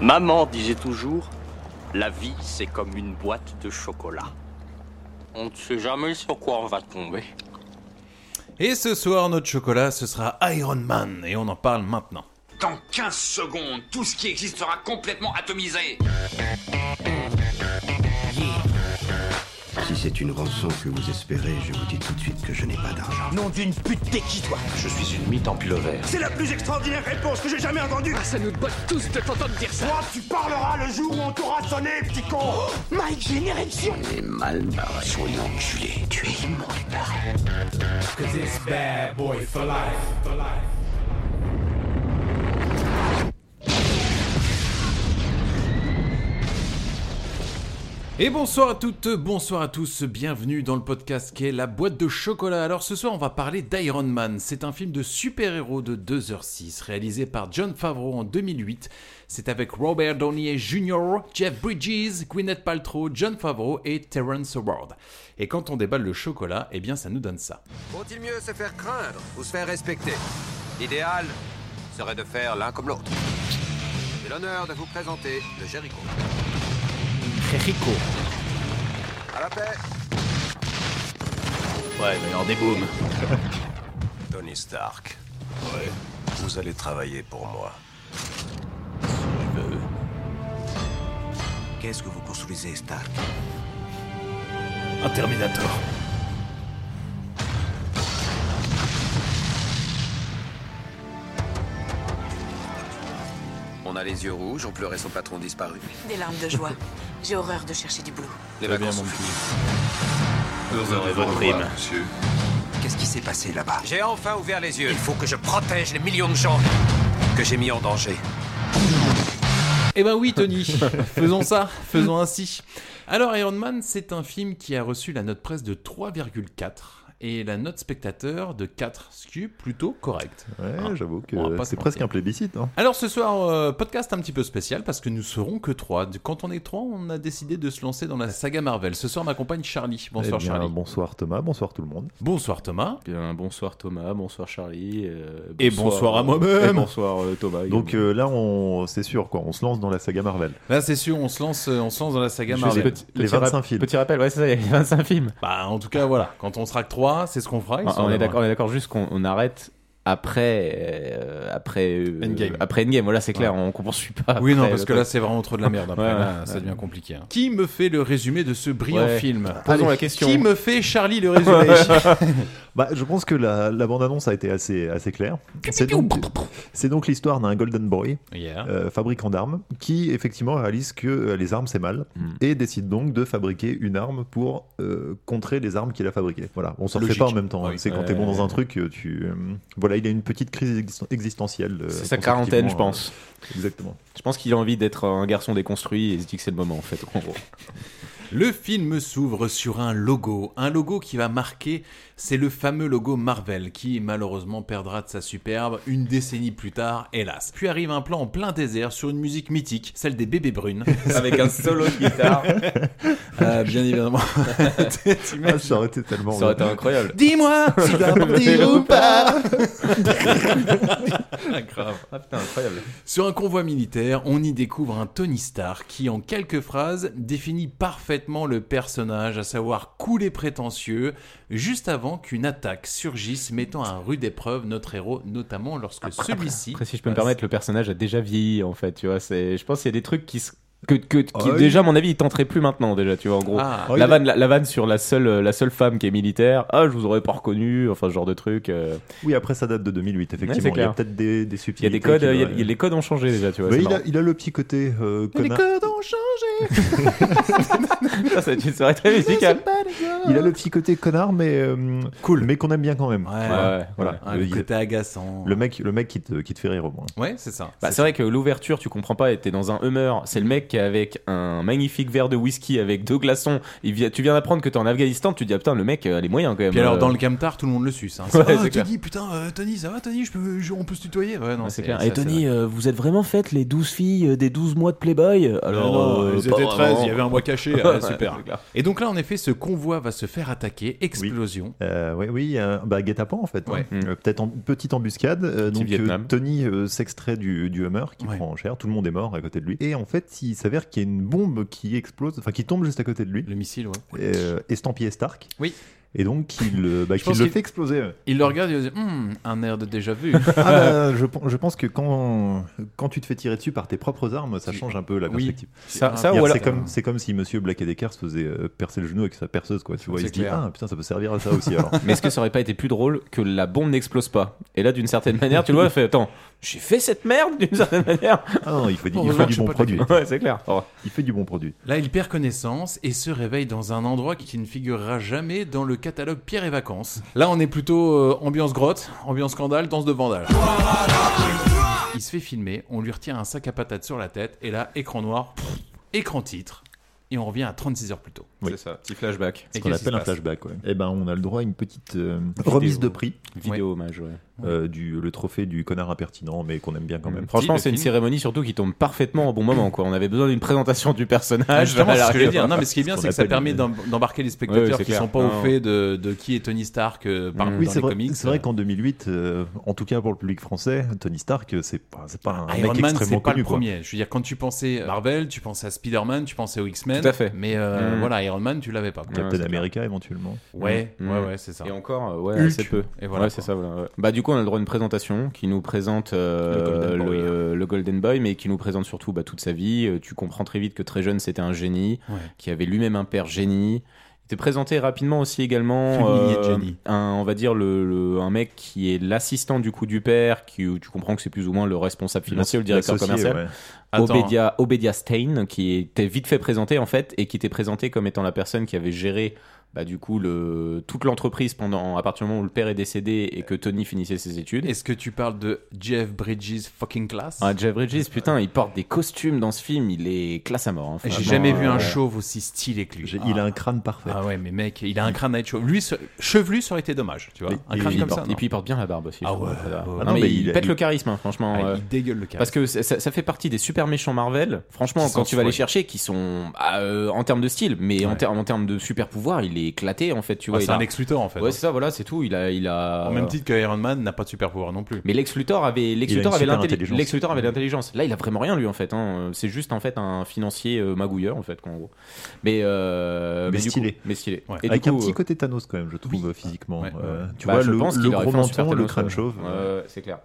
Maman disait toujours, la vie c'est comme une boîte de chocolat. On ne sait jamais sur quoi on va tomber. Et ce soir, notre chocolat, ce sera Iron Man, et on en parle maintenant. Dans 15 secondes, tout ce qui existe sera complètement atomisé. Si c'est une rançon que vous espérez, je vous dis tout de suite que je n'ai pas d'argent. Et bonsoir à toutes, bonsoir à tous, bienvenue dans le podcast qui est La boîte de chocolat. Alors ce soir on va parler d'Iron Man, c'est un film de super-héros de 2h06 réalisé par John Favreau en 2008. C'est avec Robert Downey Jr., Jeff Bridges, Gwyneth Paltrow, John Favreau et Terrence Howard. Et quand on déballe le chocolat, eh bien ça nous donne ça. Faut-il mieux se faire craindre ou se faire respecter L'idéal serait de faire l'un comme l'autre. J'ai l'honneur de vous présenter le Jericho. Rico. À la paix Ouais, mais alors des booms. Tony Stark. Ouais. Vous allez travailler pour moi. Qu'est-ce que vous construisez, Stark Un Terminator. On a les yeux rouges, on pleurait son patron disparu. Des larmes de joie. J'ai horreur de chercher du boulot. Les vacances sont finies. votre prime. Qu'est-ce qui s'est passé là-bas J'ai enfin ouvert les yeux. Il faut que je protège les millions de gens que j'ai mis en danger. Eh ben oui, Tony, faisons ça, faisons ainsi. Alors, Iron Man, c'est un film qui a reçu la note presse de 3,4 et la note spectateur de 4, ce qui est plutôt correct. Ouais, Ah, j'avoue que on va pas se c'est presque mentir. un plébiscite. Hein. Alors, ce soir, euh, podcast un petit peu spécial parce que nous serons que 3. Quand on est 3, on a décidé de se lancer dans la saga Marvel. Ce soir, m'accompagne Charlie. Bonsoir, Eh bien, Charlie. Bonsoir Thomas, bonsoir tout le monde. Bonsoir, Thomas. Bien, bonsoir Thomas, bonsoir Charlie. euh, Et bonsoir à moi-même. et bonsoir euh, Thomas. Donc euh, là, on, c'est sûr, quoi, on se lance dans la saga Marvel. Là, c'est sûr, on se lance, euh, on se lance dans la saga Juste Marvel. petit- Les petit rap- 25 films. Petit rappel, ouais, c'est ça, il y a les 25 films. Bah, en tout cas, voilà. Quand on sera que 3, c'est ce qu'on fera. ils Ah, sont on, là, est d'accord, on est d'accord, juste qu'on on arrête après. euh, après euh, Endgame. Après Endgame, voilà, c'est clair, on ne poursuit pas. Oui, non, après euh, parce le que truc. là, c'est vraiment trop de la merde. Après, Ouais, là, ouais, ça ouais. devient compliqué. hein. Qui me fait le résumé de ce brillant Ouais. film Posons Allez. la question. Qui me fait Charlie le résumé Bah, je pense que la, la bande-annonce a été assez, assez claire. C'est donc, c'est donc l'histoire d'un Golden Boy, Ah. Yeah. euh, fabricant d'armes, qui effectivement réalise que euh, les armes c'est mal Mm. et décide donc de fabriquer une arme pour euh, contrer les armes qu'il a fabriquées. Voilà, on s'en Logique. fait pas en même temps. hein. Oui. C'est quand Ouais. t'es bon dans un truc, euh, tu. euh, voilà, il a une petite crise exist- existentielle. euh, C'est sa quarantaine, je consécutivement, euh, pense. Exactement. Je pense qu'il a envie d'être un garçon déconstruit et il se dit que c'est le moment, en fait. en gros. Le film s'ouvre sur un logo, un logo qui va marquer, c'est le fameux logo Marvel qui malheureusement perdra de sa superbe une décennie plus tard, hélas. Puis arrive un plan en plein désert sur une musique mythique, celle des bébés brunes. Avec un solo de guitare. Ah, bien évidemment. Ah, ça aurait été tellement. Ça aurait été incroyable. Dis-moi si tu as parti ou pas. Grave. Ah putain, incroyable. Sur un convoi militaire, on y découvre un Tony Stark qui, en quelques phrases, définit parfaitement le personnage, à savoir cool et prétentieux, juste avant qu'une attaque surgisse mettant à rude épreuve notre héros, notamment lorsque celui-ci. Ah, Après, si je peux me passe- permettre, le personnage a déjà vieilli en fait, tu vois. C'est, je pense qu'il y a des trucs qui, se- que, que- qui Ah oui. déjà, à mon avis, il tenterait plus maintenant déjà, tu vois. En gros, Ah, Oh, il la, est- vanne, la, la vanne sur la seule, euh, la seule femme qui est militaire. Ah, je vous aurais pas reconnu. Enfin, ce genre de truc. euh. Oui, après ça date de 2008, Ouais, c'est effectivement. il y clair. a peut-être des, des Il y a subtilités. des codes, qui euh, il y a- doivent- il y a- les codes ont changé déjà, tu vois. Mais c'est il a, marrant. il a le petit côté euh, connard. Ça, ça, ça aurait été très musical. Il a le petit côté connard, mais cool, mais qu'on aime bien quand même. Ouais, Ouais, ouais. Voilà. Ah, le, le il- côté agaçant. le mec, le mec qui te, qui te fait rire au moins. Ouais, c'est ça. Bah, c'est vrai que l'ouverture, tu comprends pas, et t'es dans un humeur. C'est le mec mec avec un magnifique verre de whisky avec deux glaçons. Il vient, tu viens d'apprendre que t'es en Afghanistan, tu te dis ah, putain le mec euh, les moyens quand même. Puis alors, euh, dans le camtar, tout le monde le suce. Hein. Ouais, Ah, Tony, c'est clair. putain, euh, Tony, ça va, Tony, je peux, je- on peut se tutoyer Ouais, non, Ouais, c'est clair. ça, Et c'est Tony, vrai. euh, vous êtes vraiment faites les 12 filles euh, des 12 mois de Playboy Alors, non, euh, ils pas étaient 13, vraiment. Oh, il y avait un mois caché, ah, Ouais, euh, super. c'est clair. Et donc là, en effet, ce convoi va se faire attaquer, explosion. Euh, oui, oui, euh, bah, guet-apens en fait. hein. Ouais. Mm. Euh, Peut-être en petite embuscade. euh, Petit donc Vietnam. euh, Tony euh, s'extrait du, du Hummer qui Ouais. prend en chair. Tout le monde est mort à côté de lui. Et en fait, il s'avère qu'il y a une bombe qui explose, enfin qui tombe juste à côté de lui, Le missile, ouais. euh, estampillée Stark. Oui. Et donc il, euh, bah, Je qu'il pense le qu'il- fait exploser. ouais. Il le regarde et il dit Hum, un air de déjà vu. Ah, bah, je, pen- je pense que quand, quand tu te fais tirer dessus par tes propres armes, ça Tu- change un peu la Oui. perspective. Ça, Ah, ça, Ah, C'est ou voilà. alors, c'est comme, c'est comme si Monsieur Black et Decker se faisait euh, percer le genou avec sa perceuse, quoi. Tu vois, il C'est se dit clair. ah putain, ça peut servir à ça aussi. Alors. Mais est-ce que ça aurait pas été plus drôle que la bombe n'explose pas Et là, d'une certaine manière, tu le vois, il fait Attends, j'ai fait cette merde d'une certaine manière Ah non, il faut, Oh, il faut remarque, du je sais bon pas produit. Ouais, c'est clair. Oh. Il fait du bon produit. Là, il perd connaissance et se réveille dans un endroit qui ne figurera jamais dans le catalogue Pierre et Vacances. Là, on est plutôt euh, ambiance grotte, ambiance scandale, danse de vandale. Il se fait filmer, on lui retire un sac à patates sur la tête et là, écran noir, pff, écran titre, et on revient à 36 heures plus tôt. Oui. C'est ça, petit flashback. Ce Et qu'on qu'est-ce qui se appelle un passe flashback. Ouais. Eh ben, on a le droit à une petite euh, remise de prix Vidéo hommage, ouais. euh, du le trophée du connard impertinent, mais qu'on aime bien quand même. Franchement, Petit, c'est le une film. cérémonie surtout qui tombe parfaitement au bon moment, quoi. On avait besoin d'une présentation du Ah, personnage. justement, c'est Voilà. ce que je veux dire. Non, mais ce qui est bien, qu'on euh, c'est que ça appelle permet une- d'em- d'embarquer les spectateurs Ouais, ouais, c'est qui clair. sont pas au Non. fait de, de qui est Tony Stark euh, par, Mm. dans Oui, les c'est vrai, comics. euh, c'est vrai qu'en 2008, euh, en tout cas pour le public français, Tony Stark, euh, c'est pas, c'est pas un Iron mec Man, c'est extrêmement pas connu. le quoi. premier. Je veux dire, quand tu pensais Marvel, tu pensais à Spider-Man, tu pensais aux X-Men. Tout à fait. Mais euh, Mm. voilà, Iron Man, tu l'avais pas. quoi. Ouais, c'est Captain clair. America éventuellement. Ouais, Mm. ouais, Mm. ouais, c'est ça. Et encore, euh, ouais, Hulk. assez peu. Et voilà, Ouais, c'est quoi. ça, voilà, ouais. Bah, du coup, on a le droit à une présentation qui nous présente euh, Le Golden Boy. hein. le- le Golden Boy, mais qui nous présente surtout bah, toute sa vie. Euh, Tu comprends très vite que très jeune, c'était un génie, Ouais. qui avait lui-même un père génie. Il t'est présenté rapidement aussi également, euh, Une lignée de génie. un, on va dire, le, le- un mec qui est l'assistant du coup du père, qui, où tu comprends que c'est plus ou moins le responsable financier ou le directeur L'associé, commercial. ouais. Attends, Obedia, Obedia Stein, qui était vite fait présenté en fait, et qui était présenté comme étant la personne qui avait géré bah, du coup le, toute l'entreprise pendant à partir du moment où le père est décédé et que Tony finissait ses études. Est-ce que tu parles de Jeff Bridges fucking class Ah, Jeff Bridges, putain, il porte des costumes dans ce film, il est classe à mort. hein, J'ai vraiment, jamais vu euh, un chauve aussi stylé que lui. J'ai- Ah. Il a un crâne parfait. Ah ouais, mais mec, il a un crâne à être chauve. Lui, ce- chevelu, ça aurait été dommage, tu vois. Mais un il- Et puis, crâne il comme porte- ça. et non. puis il porte bien la barbe aussi. Ah je trouve. ouais, Ah ouais. non, Non, mais, mais il, il- pète il- le charisme, hein, franchement. Ah, euh, il dégueule le cas. Parce que ça, ça- ça fait partie des super méchants Marvel. Franchement, Qui sont quand tu vas les fouets. chercher, qui sont ah, euh, en termes de style, mais en, Ouais. termes en termes de super pouvoir, il est éclaté en fait. Tu vois, c'est il a- un Lex Luthor, en fait. Ouais, c'est ça, voilà, c'est tout. Il a, il a. En même titre que Iron Man n'a pas de super pouvoir non plus. Mais Lex Luthor avait Lex Il a une Luthor avait super l'intelligence. intelligence. Lex Luthor avait l'intelligence. Là, il a vraiment rien lui en fait. hein. C'est juste en fait un financier euh, magouilleur en fait, quoi, en gros. Mais euh, Mais du stylé. coup- mais stylé. Ouais. Et du Avec un coup, petit euh, côté Thanos quand même, je trouve physiquement. Ouais, ouais. Euh, tu bah, vois je le, pense le qu'il aurait gros fait un super menton, le Thanos, crâne ouais. Euh, chauve. euh, Ouais, ouais, c'est clair.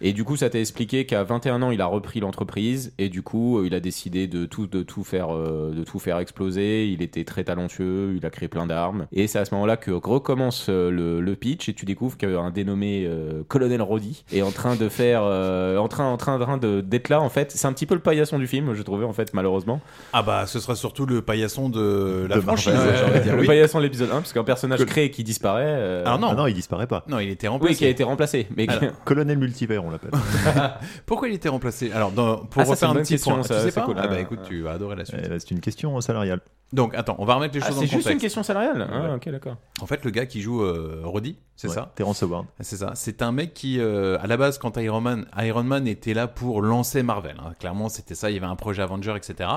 Et du coup, ça t'a expliqué qu'à 21 ans, il a repris l'entreprise et du coup, euh, il a décidé de tout, de tout faire, euh, de tout faire exploser. Il était très talentueux, il a créé plein d'armes. Et c'est à ce moment-là que recommence euh, le, le pitch et tu découvres qu'un dénommé euh, colonel Roddy est en train de faire, euh, en train, en train, en train de- d'être là en fait. C'est un petit peu le paillasson du film, je trouvais en fait, malheureusement. Ah bah, ce sera surtout le paillasson de la De franchise, Marvel. ouais, j'ai envie de dire. le Oui. paillasson de l'épisode 1, parce qu'un personnage créé qui disparaît. euh, Alors non, Ah non, il disparaît pas. non, il était Oui, remplacé. qui a été remplacé, mais qui- Alors, Colonel Multivers, on l'appelle. Pourquoi il était remplacé Alors, dans- pour Ah, ça, c'est refaire une un bonne petit question, point, ça, tu sais c'est pas cool. Ah bah Ah, écoute, ah. tu vas adorer la suite. Eh ben, C'est une question salariale. Donc, attends, on va remettre les Ah, choses en c'est juste une contexte. question salariale. Ah, Ouais. ok, d'accord. En fait, le gars qui joue euh, Roddy, c'est Ouais, ça Terrence Howard. C'est ça. C'est un mec qui, euh, à la base, quand Iron Man, Iron Man était là pour lancer Marvel. hein. Clairement, c'était ça. Il y avait un projet Avenger, etc.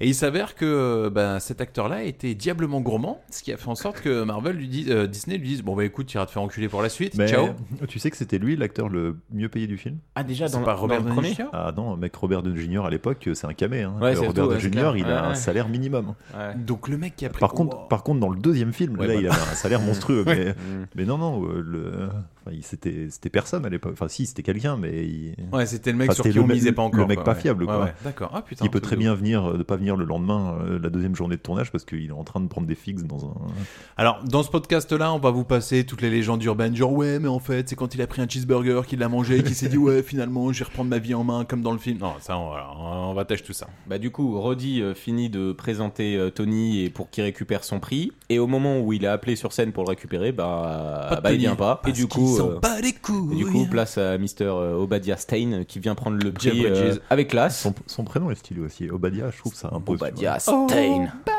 Et il s'avère que euh, ben, cet acteur-là était diablement gourmand, ce qui a fait en sorte que Marvel lui dit, euh, Disney lui dise bon bah écoute, tu iras te faire enculer pour la suite. Mais Ciao. tu sais que c'était lui l'acteur le mieux payé du film Ah déjà C'est dans, pas dans Robert le Downey premier Jr. Ah non, mec Robert Downey Jr. à l'époque, c'est un camé. hein. Ouais, Euh, c'est Robert tout, ouais, Downey c'est Jr. clair. il a Ouais, un ouais. salaire minimum. Donc le mec qui a pris. Par contre, Wow. par contre, dans le deuxième film, Ouais, là, bah. il avait un salaire monstrueux. mais, Hmm. mais non, non, euh, le... enfin, il- c'était c'était personne à l'époque. Enfin, si, c'était quelqu'un, mais il... Ouais, c'était le mec Enfin, sur c'était qui le on mec- misait pas le encore. mec quoi, pas ouais. fiable, Ouais, quoi. ouais. D'accord. Ah putain. il peut truc très de bien venir, euh, de pas venir le lendemain, euh, la deuxième journée de tournage, parce qu'il est en train de prendre des fixes dans un. Alors, dans ce podcast-là, on va vous passer toutes les légendes urbaines, genre ouais, mais en fait, c'est quand il a pris un cheeseburger qu'il l'a mangé, qu'il s'est dit ouais, finalement, je vais reprendre ma vie en main comme dans le film. Non, ça, on, voilà, on- on va tâcher tout ça. Bah du coup, Roddy euh, finit de présenter euh, Tony et pour qu'il récupère son prix. Et au moment où il est appelé sur scène pour le récupérer, bah, Pas de bah, il Tony, vient pas. Et parce du coup, coup, euh, bat les et couilles. du coup, bah, place à Mr. euh, Obadiah Stein euh, qui vient prendre le Jeff prix euh, Bridges. avec classe. Son, son prénom est stylé aussi. Obadia, je trouve que ça impose. tu Obadiah Stein. Oh,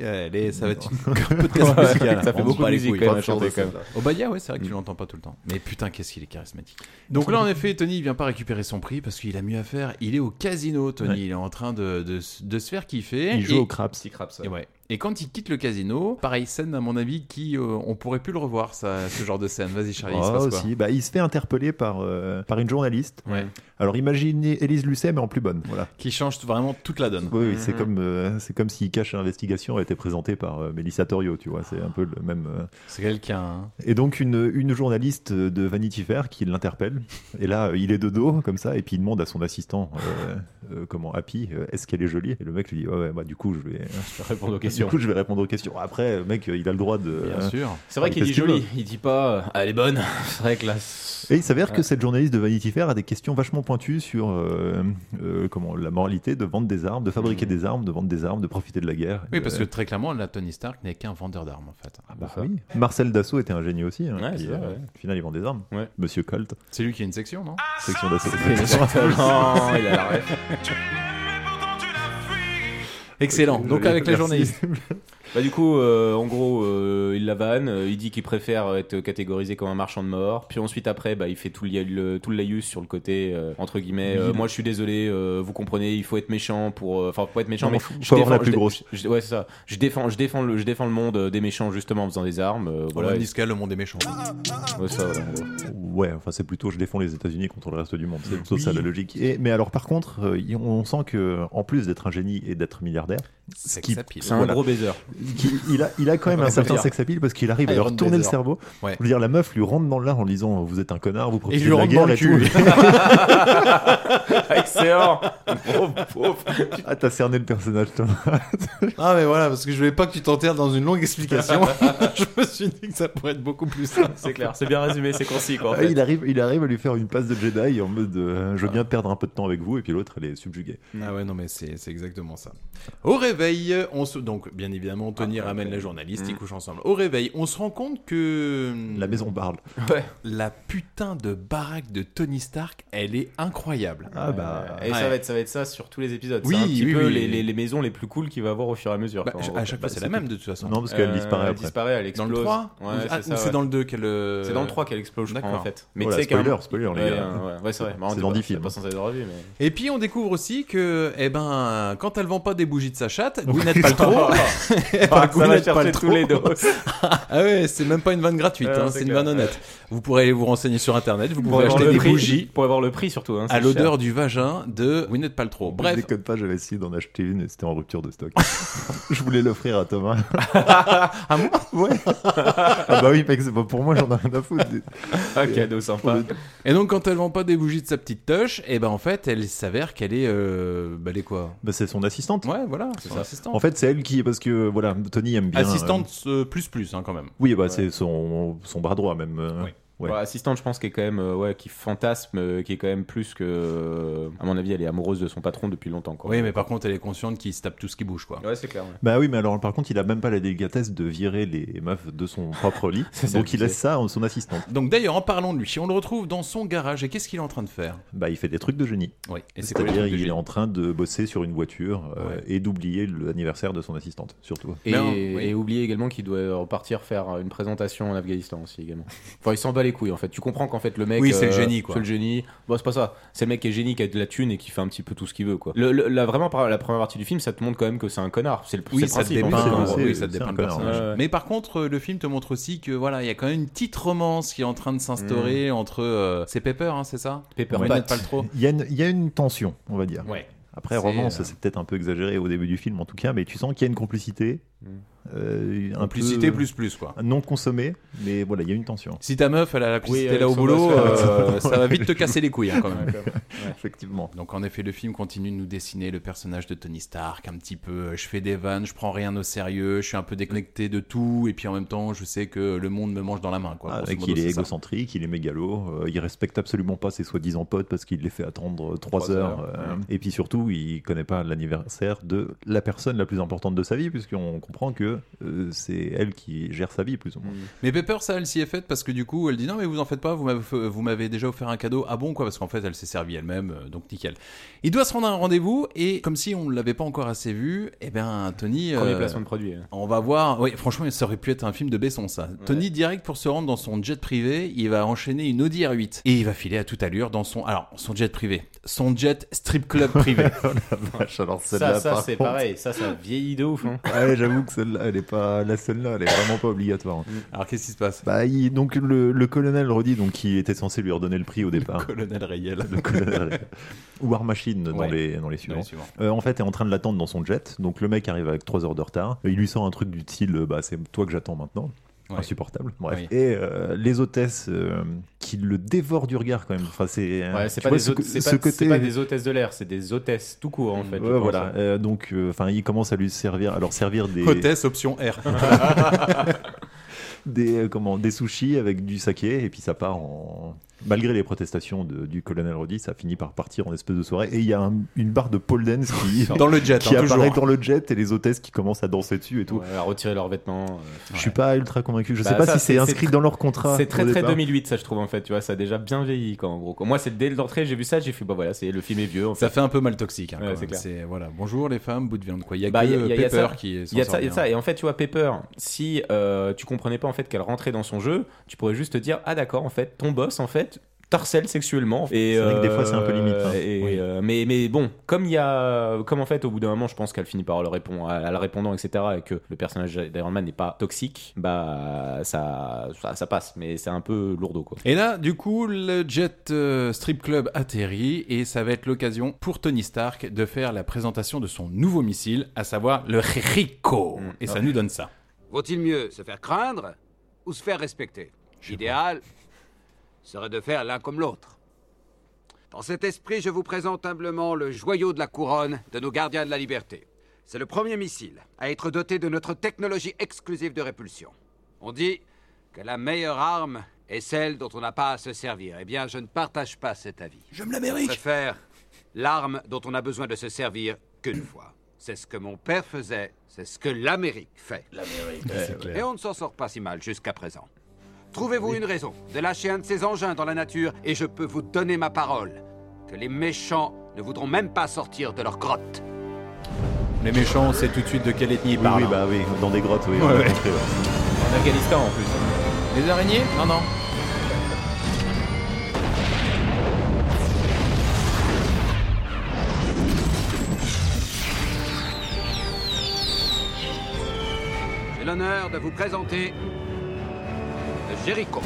Allez, ça va être une Ouais, podcast musical. ça fait On beaucoup bat de les musique couilles. quand même à chanter quand même. Obadia, ouais, c'est vrai que Mm. tu l'entends pas tout le temps. Mais putain, qu'est-ce qu'il est charismatique. Donc là, en effet, Tony, il vient pas récupérer son prix parce qu'il a mieux à faire. Il est au casino, Tony. Ouais. Il est en train de, de s- de se faire kiffer. vois. Il joue Et- au craps. Petit craps, ouais. Et, ouais. et quand il quitte le casino, pareil scène à mon avis qui euh, on pourrait plus le revoir ça, ce genre de scène. Vas-y Charlie, il se Ah, Oh, passe quoi aussi. Bah, il se fait interpeller par, euh, par une journaliste. Ouais. Alors imaginez Élise Lucet, mais en plus bonne. Voilà. Qui change vraiment toute la donne. Oui, oui, c'est comme, euh, c'est comme si Cache l'investigation avait été présentée par euh, Mélissa Torio, tu vois, c'est un peu le même. euh. C'est quelqu'un. hein. Et donc, une, une journaliste de Vanity Fair qui l'interpelle, et là, euh, il est de dos, comme ça, et puis il demande à son assistant, euh, euh, comment, Happy, euh, est-ce qu'elle est jolie Et le mec lui dit, ouais, ouais, bah, du coup, je vais, Je vais répondre aux du questions. coup, je vais répondre aux questions. Après, le mec, euh, il a le droit de. Bien euh, sûr. C'est vrai Ouais, qu'il dit qu'est-ce qu'il jolie, il dit pas euh, elle est bonne. C'est vrai que là. c'est- Et il s'avère que cette journaliste de Vanity Fair a des questions vachement pointues sur euh, euh, comment la moralité de vendre des armes, de fabriquer des armes, de vendre des armes, de profiter de la guerre. Mmh. Oui, parce Euh, que très clairement, la Tony Stark n'est qu'un vendeur d'armes en fait. Bah oui. Marcel Dassault était un génie aussi. hein, Ouais, qui, c'est vrai, euh, ouais. Au final, il vend des armes. Ouais. Monsieur Colt, C'est lui qui a une section, non section Dassault. Non, il a la ref. Excellent. Ok, Donc joli. avec les Merci. journalistes. Bah du coup, euh, en gros, euh, il la vanne, euh, il dit qu'il préfère être catégorisé comme un marchand de mort. Puis ensuite, après, bah, il fait tout le, lia- le- tout le laïus sur le côté, euh, entre guillemets, euh, moi je suis désolé, euh, vous comprenez, il faut être méchant pour... euh, Enfin, faut pas être méchant, Non, mais... faut- je faut avoir la je plus dé- grosse. je- je- ouais, c'est ça. Je défends, je, défends le, je défends le monde euh, des méchants, justement, en faisant des armes. euh, voilà, Voilà, Niscal, le monde est méchant. Ouais, ça, voilà, en gros. Ouais, enfin c'est plutôt je défends les États-Unis contre le reste du monde, c'est plutôt Oui. ça la logique. Et, mais alors par contre, euh, il- on sent que en plus d'être un génie et d'être milliardaire, ce qui- Sex appeal. C'est un Voilà. gros baiser. qui- il, a, il a quand même On un peut certain dire. sex appeal parce qu'il arrive à Iron leur tourner le Blazer. cerveau. Ouais. Je veux dire, la meuf lui rentre dans le lard en lui disant vous êtes un connard, vous Et profitez je lui de la rentre dans guerre le et cul. tout. Excellent ah t'as cerné le personnage toi. ah mais voilà, parce que je voulais pas que tu t'enterres dans une longue explication. je me suis dit que ça pourrait être beaucoup plus simple. C'est clair, c'est bien résumé, c'est concis, quoi, en Ah, fait. il, arrive, il arrive à lui faire une passe de Jedi en mode euh, je veux bien perdre un peu de temps avec vous et puis l'autre elle est subjuguée. Ah ouais, non, mais c'est c'est exactement ça. Au réveil, on se. Donc, bien évidemment, Tony ramène la journaliste, ils couchent ensemble. Au réveil, on se rend compte que. La maison parle. La putain de baraque de Tony Stark, elle est incroyable. Ah bah. Euh, Et Ouais. ça, va être, ça va être ça sur tous les épisodes. Oui, c'est un petit oui, peu oui. les, les- les maisons les plus cool qu'il va avoir au fur et à mesure. Bah, quand- à chaque bah, fois, c'est la même de toute façon. Non, parce qu'elle Euh, disparaît Elle après. disparaît, elle dans explose. le 3 Ouais, Ou- ah, ou c'est ça, c'est ouais. dans le 2 qu'elle. euh, C'est dans le 3 qu'elle explose, je crois, D'accord. en fait. Voilà, tu sais qu'à un- spoiler, Oh spoiler, les ouais, gars. euh, ouais, ouais, c'est vrai. Bah, on C'est dit dans pas- dix films. pas censé être revu, mais. Et puis on découvre aussi que, eh ben, quand elle vend pas des bougies de sa chatte, Gwyneth Paltrow, Ah, par ça va Gwyneth chercher Paltrow. tous les dos. ah ouais, c'est même pas une vanne gratuite, Ah, hein, c'est c'est une clair, vanne honnête. Vous pourrez aller vous renseigner sur internet, vous Pour pouvez avoir acheter le des prix- bougies Pour avoir le prix, surtout. hein, à c'est l'odeur du vagin de Gwyneth Paltrow. Je Bref, déconne pas, j'avais essayé d'en acheter une et c'était en rupture de stock. je voulais l'offrir à Thomas. à moi ouais. ah bah oui, mec, c'est pas pour moi, j'en ai rien à foutre. cher. Ah, cadeau sympa. Et donc quand elle vend pas des bougies de sa petite toche, eh ben en fait, elle s'avère qu'elle est, euh, bah, elle est quoi Bah, c'est son assistante. Ouais, voilà, c'est ça. En assistante. fait, c'est elle qui, parce que voilà, Tony aime bien. euh, assistante euh, plus plus hein, quand même. oui, bah c'est son, son bras droit même. euh, Oui. Ouais. Bon, assistante, je pense, qui est quand même, euh, ouais, qui fantasme, euh, qui est quand même plus que. euh, À mon avis, elle est amoureuse de son patron depuis longtemps, quoi. Oui, mais par contre, elle est consciente qu'il se tape tout ce qui bouge quoi. Ouais, c'est clair. ouais. Bah oui, mais alors par contre, il a même pas la délicatesse de virer les meufs de son propre lit. ça, donc il le laisse ça à son assistante. Donc d'ailleurs, en parlant de lui, on le retrouve dans son garage et qu'est-ce qu'il est en train de faire Bah il fait des trucs de génie. Oui, et c'est quoi les trucs C'est-à-dire de il est génie en train de bosser sur une voiture euh, Ouais. et d'oublier l'anniversaire de son assistante surtout. Et, Mais non, oui. et oubliez également qu'il doit repartir faire une présentation en Afghanistan aussi également. Enfin, il s'en bat les couilles en fait. Tu comprends qu'en fait le mec. euh, Oui, c'est le génie, quoi. C'est le génie. Bon, c'est pas ça. C'est le mec qui est génie, qui a de la thune et qui fait un petit peu tout ce qu'il veut quoi. Le, le- la, vraiment, par- la première partie du film, ça te montre quand même que c'est un connard. C'est le, c'est Oui, le ça te principe. en dépeint, fait. hein, euh, c'est- oui, ça te c'est dépeint un le connard, personnage. ouais, ouais. Mais par contre, euh, le film te montre aussi que voilà, il y a quand même une petite romance qui est en train de s'instaurer Mm. entre. euh, c'est Pepper, hein, c'est ça Pepper Gwyneth Pat. Paltrow. Il y, a une, il y a une tension, on va dire. Ouais. Après, C'est, romance, euh, c'est peut-être un peu exagéré au début du film, en tout cas, mais tu sens qu'il y a une complicité. euh, un Complicité peu plus plus quoi. Non consommée, mais voilà, il y a une tension. Si ta meuf, elle a la complicité euh, là au ça boulot, va se faire, euh, ça va vite te casser les couilles hein, quand même. Effectivement. Donc en effet, le film continue de nous dessiner le personnage de Tony Stark un petit peu. euh, Je fais des vannes, je prends rien au sérieux, je suis un peu déconnecté de tout, et puis en même temps, je sais que le monde me mange dans la main. Quoi, Ah, grosso et modo, qu'il est c'est ça. égocentrique, il est mégalo, euh, il respecte absolument pas ses soi-disant potes parce qu'il les fait attendre 3 Trois heures. heures, euh, Et puis surtout, il connaît pas l'anniversaire de la personne la plus importante de sa vie, puisqu'on comprend que euh, c'est elle qui gère sa vie, plus ou moins. Mais Pepper, ça, elle s'y est faite parce que du coup, elle dit non, mais vous en faites pas, vous m'avez- vous m'avez déjà offert un cadeau. Ah bon, quoi Parce qu'en fait, elle s'est servie elle-même, euh, donc nickel. Il doit se rendre à un rendez-vous et comme si on ne l'avait pas encore assez vu, eh bien, Tony. Premier euh, placement de produit. hein. On va voir. Oui, franchement, ça aurait pu être un film de Besson, ça. Tony, direct pour se rendre dans son jet privé, il va enchaîner une Audi R8 et il va filer à toute allure dans son. Alors, son jet privé. Son jet strip club privé. Vache, alors Ça, celle-là, ça par c'est contre- pareil. Ça, ça vieillit de ouf. hein. Ah ouais, j'avoue que celle-là, elle est pas la celle-là, elle est vraiment pas obligatoire. Alors, qu'est-ce qui se passe Bah, il- donc le, le colonel Roddy, donc qui était censé lui redonner le prix au départ. Colonel Rayel. Le colonel War Machine dans Ouais. les dans les Non, suivants. les suivants. Euh, en fait, est en train de l'attendre dans son jet. Donc le mec arrive avec 3 heures de retard. Il lui sort un truc du style euh, bah, c'est toi que j'attends maintenant. Ouais. Insupportable. Bref. Oui. Et euh, les hôtesses euh, qui le dévorent du regard quand même. Enfin, c'est euh, Ouais, c'est tu pas, vois, des ce, hôtes- co- c'est ce pas- c'est côté. pas des hôtesses de l'air, c'est des hôtesses tout court en fait. Ouais, je pense. hein. voilà. Euh, donc, enfin, il commence à lui servir, alors servir des Hôtesse, option R. des euh, comment des sushis avec du saké et puis ça part en malgré les protestations de- du colonel Roddy, ça finit par partir en espèce de soirée et il y a un- une barre de pole dance qui dans le jet, qui hein, toujours. apparaît dans le jet et les hôtesses qui commencent à danser dessus et tout. Ouais, à retirer leurs vêtements. euh, Je suis pas ultra convaincu. Je Bah, sais pas ça, si c'est- c'est inscrit c'est dans leur contrat. C'est très au très départ. 2008 ça je trouve en fait, tu vois, ça a déjà bien vieilli quoi en gros. quoi. Moi c'est dès l'entrée j'ai vu ça, j'ai fait bah voilà, c'est le film est vieux en fait. Ça fait un peu mal toxique. hein, Ouais, quand c'est même. clair. c'est voilà. Bonjour les femmes, bout de viande quoi. Il y a Bah, que il y a- il y a- il y a Pepper ça. qui est. s'en Il y a de sort ça, il y a de bien. ça. Et en fait, tu vois, Pepper, si euh, tu comprenais pas en fait qu'elle rentrait dans son jeu, tu pourrais juste te dire ah d'accord, en fait, ton boss en fait t'harcèle sexuellement. Et C'est vrai que des fois, c'est un peu limite, hein. et, Oui. euh, mais mais bon, comme il y a, comme en fait, au bout d'un moment, je pense qu'elle finit par le répondre, à, à le répondant, etc. Et que le personnage d'Iron Man n'est pas toxique, bah ça ça, ça passe. Mais c'est un peu lourdeau quoi. Et là, du coup, le jet euh, strip club atterrit et ça va être l'occasion pour Tony Stark de faire la présentation de son nouveau missile, à savoir le Rico. Mm, Et ça nous donne ça. Vaut-il mieux se faire craindre ou se faire respecter L'idéal serait de faire l'un comme l'autre. Dans cet esprit, je vous présente humblement le joyau de la couronne de nos gardiens de la liberté. C'est le premier missile à être doté de notre technologie exclusive de répulsion. On dit que la meilleure arme est celle dont on n'a pas à se servir. Eh bien, je ne partage pas cet avis. Je me Je l'Amérique préfère l'arme dont on a besoin de se servir qu'une fois. C'est ce que mon père faisait, c'est ce que l'Amérique fait. Et on ne s'en sort pas si mal jusqu'à présent. Trouvez-vous une raison de lâcher un de ces engins dans la nature et je peux vous donner ma parole que les méchants ne voudront même pas sortir de leur grotte. Les méchants, on sait tout de suite de quelle ethnie ils Oui, parlent. hein. oui, bah oui, dans des grottes, oui. on Ouais, l'a ouais. compris, ouais. En Afghanistan bah, en plus. Les araignées Non, non. J'ai l'honneur de vous présenter le Jéricho.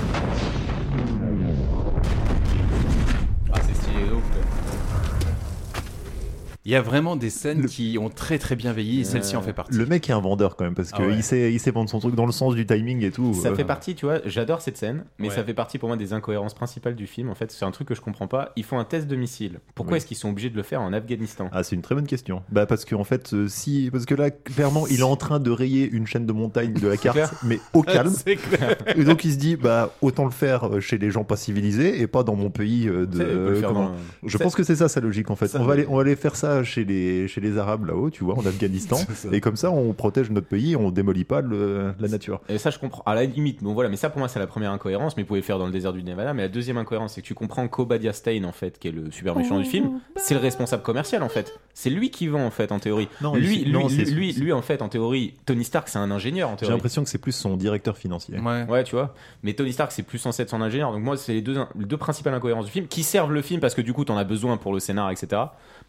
Ah c'est stylé de ouf. quoi. Il y a vraiment des scènes qui ont très très bien vieilli et Euh, celle-ci en fait partie. Le mec est un vendeur quand même parce Ah qu'il ouais. sait, il sait vendre son truc dans le sens du timing et tout. Ça Euh, fait partie, tu vois, j'adore cette scène, mais Ouais. ça fait partie pour moi des incohérences principales du film. En fait, c'est un truc que je comprends pas. Ils font un test de missile. Pourquoi Oui. est-ce qu'ils sont obligés de le faire en Afghanistan Ah, c'est une très bonne question. Bah parce que en fait, euh, si parce que là, clairement, il est en train de rayer une chaîne de montagne de la carte, mais au calme. C'est clair. Et donc il se dit, bah autant le faire euh, chez les gens pas civilisés et pas dans mon pays euh, de. Tu sais, ils peuvent le faire comment- dans- Je Ça- pense que c'est ça sa logique en fait. ça, on, va oui. aller, on va aller faire ça chez les, chez les Arabes là-haut, tu vois, en Afghanistan. et comme ça, on protège notre pays, on démolit pas le- la nature. Et ça, je comprends. À la limite, bon voilà, mais ça pour moi, c'est la première incohérence, mais vous pouvez le faire dans le désert du Nevada. Mais la deuxième incohérence, c'est que tu comprends qu'Obadia Stein, en fait, qui est le super méchant du film, c'est le responsable commercial, en fait. C'est lui qui vend, en fait, en théorie. Non, lui, c'est- lui, non, lui, c'est- lui, lui, en fait, en théorie, Tony Stark, c'est un ingénieur, en J'ai théorie. l'impression que c'est plus son directeur financier. Ouais. Ouais, tu vois. Mais Tony Stark, c'est plus censé être son ingénieur. Donc, moi, c'est les deux, les deux principales incohérences du film qui servent le film parce que du coup, t'en as besoin pour le scénar, etc.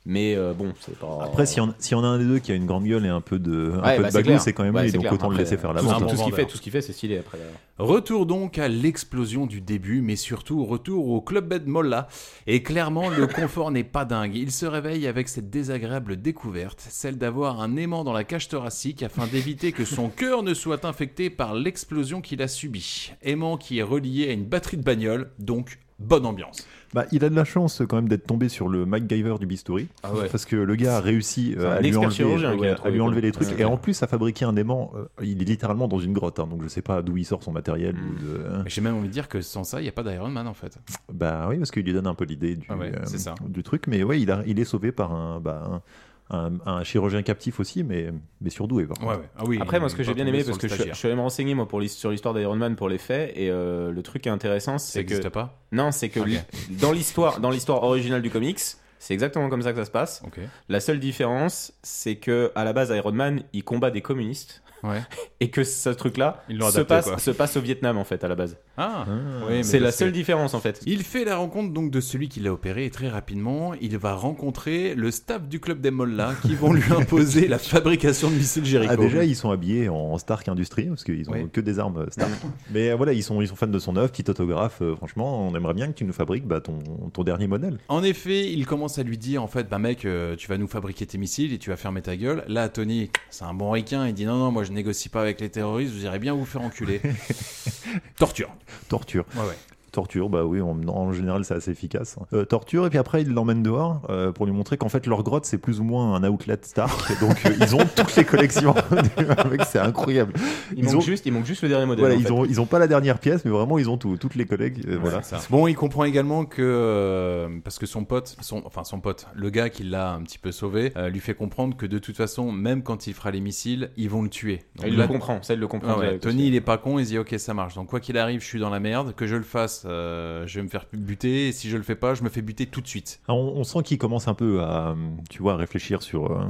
Mais euh, bon, c'est pas. Après, si on, si on a un des deux qui a une grande gueule et un peu de, un Ouais, peu bah, de c'est bagou, clair. c'est quand même Ouais, lui, c'est donc clair. autant le Après, laisser faire la tout, vente. tout ce vendeur. qu'il fait, tout ce qu'il fait, c'est stylé après. d'ailleurs. Retour donc à l'explosion du début, mais surtout retour au Club Bed Molla. Et clairement, le confort n'est pas dingue. Il se réveille avec cette désagréable découverte, celle d'avoir un aimant dans la cage thoracique afin d'éviter que son cœur ne soit infecté par l'explosion qu'il a subie. Aimant qui est relié à une batterie de bagnole, donc Bonne ambiance. Bah, il a de la chance quand même d'être tombé sur le MacGyver du bistouri. Ah ouais. Parce que le gars a réussi euh, C'est un à, lui expert enlever, chirurgien qui a ouais, à trouvé lui enlever quoi. les trucs. Ouais. Et en plus, a fabriqué un aimant. euh, il est littéralement dans une grotte, hein, donc je sais pas d'où il sort son matériel. Mm. ou de- hein. Mais J'ai même envie de dire que sans ça, il n'y a pas d'Iron Man en fait. Bah oui, parce qu'il lui donne un peu l'idée du, euh, Ah ouais, c'est ça. du truc. Mais ouais, il, a- il est sauvé par un, bah, un, un- un chirurgien captif aussi, mais, mais surdoué. par contre. Ah oui, Après, moi, ce que il j'ai va bien tomber aimé, sur parce que le je, suis- je stagiaire. suis allé me renseigner moi, pour l'his- sur l'histoire d'Iron Man pour les faits, et euh, le truc qui est intéressant, ça c'est que n'existe pas. non, c'est que Ok. li- dans l'histoire, dans l'histoire originale du comics, c'est exactement comme ça que ça se passe. Ok. La seule différence, c'est que à la base, Iron Man, il combat des communistes, Ouais. et que ce truc-là Ils se l'ont adapté, passe quoi. se passe au Vietnam en fait à la base. Ah. Ah. Oui, mais C'est la parce que- seule différence en fait. Il fait la rencontre donc de celui qui l'a opéré et très rapidement, il va rencontrer le staff du club des Mollas qui vont lui imposer la fabrication de missiles Jericho. Ah, déjà, ils sont habillés en Stark Industries, parce qu'ils ont Oui. que des armes Stark. Mais euh, voilà, ils sont, ils sont fans de son œuvre, petit autographe. euh, franchement, on aimerait bien que tu nous fabriques bah, ton, ton dernier modèle. En effet, il commence à lui dire en fait, bah mec, euh, tu vas nous fabriquer tes missiles et tu vas fermer ta gueule. Là, Tony, c'est un bon ricain, il dit non, non, moi je négocie pas avec les terroristes, vous irez bien vous faire enculer. Torture. Torture. Ouais, ouais. Torture, bah oui, en, en général, c'est assez efficace. Euh, torture, et puis après, ils l'emmènent dehors euh, pour lui montrer qu'en fait, leur grotte, c'est plus ou moins un outlet Stark. donc, euh, ils ont toutes les collections. Mec, c'est incroyable. Il Ils manque ont- juste, il manque juste le dernier modèle. Voilà, en ils fait. ont, ils ont pas la dernière pièce, mais vraiment, ils ont tout, toutes les collègues. euh, voilà. C'est ça. Ah. Bon, il comprend également que euh, parce que son pote, son, enfin son pote, le gars qui l'a un petit peu sauvé, euh, lui fait comprendre que de toute façon, même quand il fera les missiles, ils vont le tuer. Donc Il là, le comprend, ça il le comprend. Ah ouais, direct Tony, aussi. il est pas con, il se dit ok, ça marche. Donc quoi qu'il arrive, je suis dans la merde. Que je le fasse, euh, je vais me faire buter. Et si je le fais pas, je me fais buter tout de suite. Ah, On, on sent qu'il commence un peu à, euh, tu vois, à réfléchir sur, euh,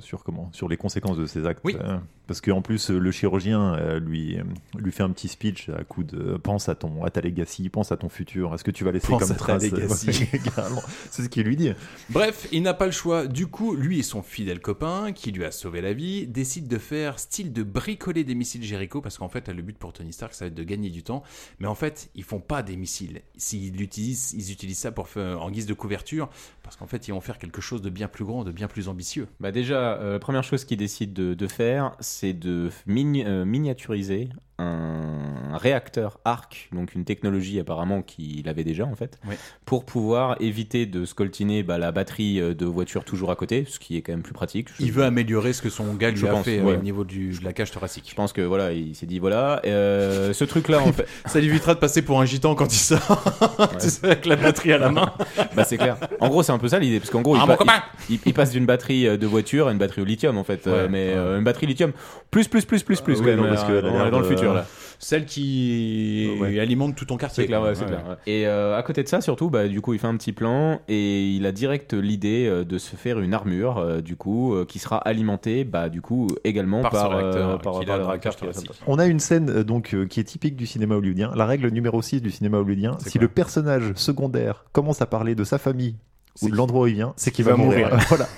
sur comment, sur les conséquences de ses actes. Oui. euh, parce qu'en plus, euh, le chirurgien euh, lui, euh, lui fait un petit speech à coup de euh, pense à ton, à ta legacy, pense à ton futur. Est-ce que tu vas laisser Pense comme à ta trace legacy. Ouais, carrément. C'est ce qu'il lui dit. Bref, il n'a pas le choix. Du coup, lui et son fidèle copain, qui lui a sauvé la vie, décident de faire style de bricoler des missiles Jericho, parce qu'en fait, là, le but pour Tony Stark, ça va être de gagner du temps. Mais en fait, ils font pas des missiles. S'ils l'utilisent, ils utilisent ça pour faire- en guise de couverture, parce qu'en fait, ils vont faire quelque chose de bien plus grand, de bien plus ambitieux. Bah déjà, euh, la première chose qu'il décide de, de faire, c'est de mini- euh, miniaturiser un, un réacteur arc, donc une technologie apparemment qu'il avait déjà en fait, Ouais. pour pouvoir éviter de scoltiner bah, la batterie euh, de voiture toujours à côté, ce qui est quand même plus pratique. Je- Il veut améliorer ce que son gars lui Je a pense, fait euh, ouais. au niveau du- de la cage thoracique. Je pense que voilà, il s'est dit voilà, euh, ce truc-là en fait, Ça lui évitera de passer pour un gitan quand il sort, tu Ouais. sais, avec la batterie à la main. bah c'est clair. En gros, c'est un peu ça l'idée, parce qu'en gros, Ah, il, mon pa- copain il- il- il passe d'une batterie euh, de voiture à une batterie au lithium en fait, euh, Ouais, mais ouais. euh, une batterie lithium plus plus plus plus plus. ouais, quand même, non, parce que euh, elle a on est l'air dans le de- futur là. Celle qui Ouais. alimente tout ton quartier. C'est clair, ouais, c'est clair. ouais. Et euh, à côté de ça, surtout, bah, du coup, il fait un petit plan et il a direct l'idée euh, de se faire une armure, euh, du coup, euh, qui sera alimentée, bah, du coup, également Par par, ce euh, réacteur par- qu'il par a le dans la réacteur cage qui est thoracique. On a une scène euh, donc euh, qui est typique du cinéma hollywoodien. La règle numéro 6 du cinéma hollywoodien, C'est si quoi le personnage secondaire commence à parler de sa famille C'est ou de l'endroit où il vient, c'est qu'il qu'il va, va mourir. mourir. voilà.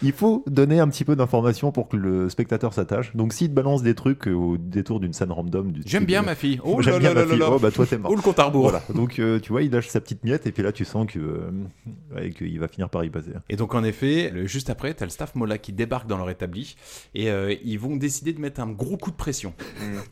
Il faut donner un petit peu d'informations pour que le spectateur s'attache. Donc s'il te balance des trucs euh, au détour d'une scène random du J'aime du- bien ma fille. Oh J'aime là bien là ma là fille. là. Oh bah toi t'es mort. Ou le compte à rebours. Voilà. Donc euh, tu vois, il lâche sa petite miette et puis là tu sens que euh, ouais, qu'il va finir par y passer. Et donc en effet, le- juste après, t'as le staff Mola qui débarque dans leur établi et euh, ils vont décider de mettre un gros coup de pression.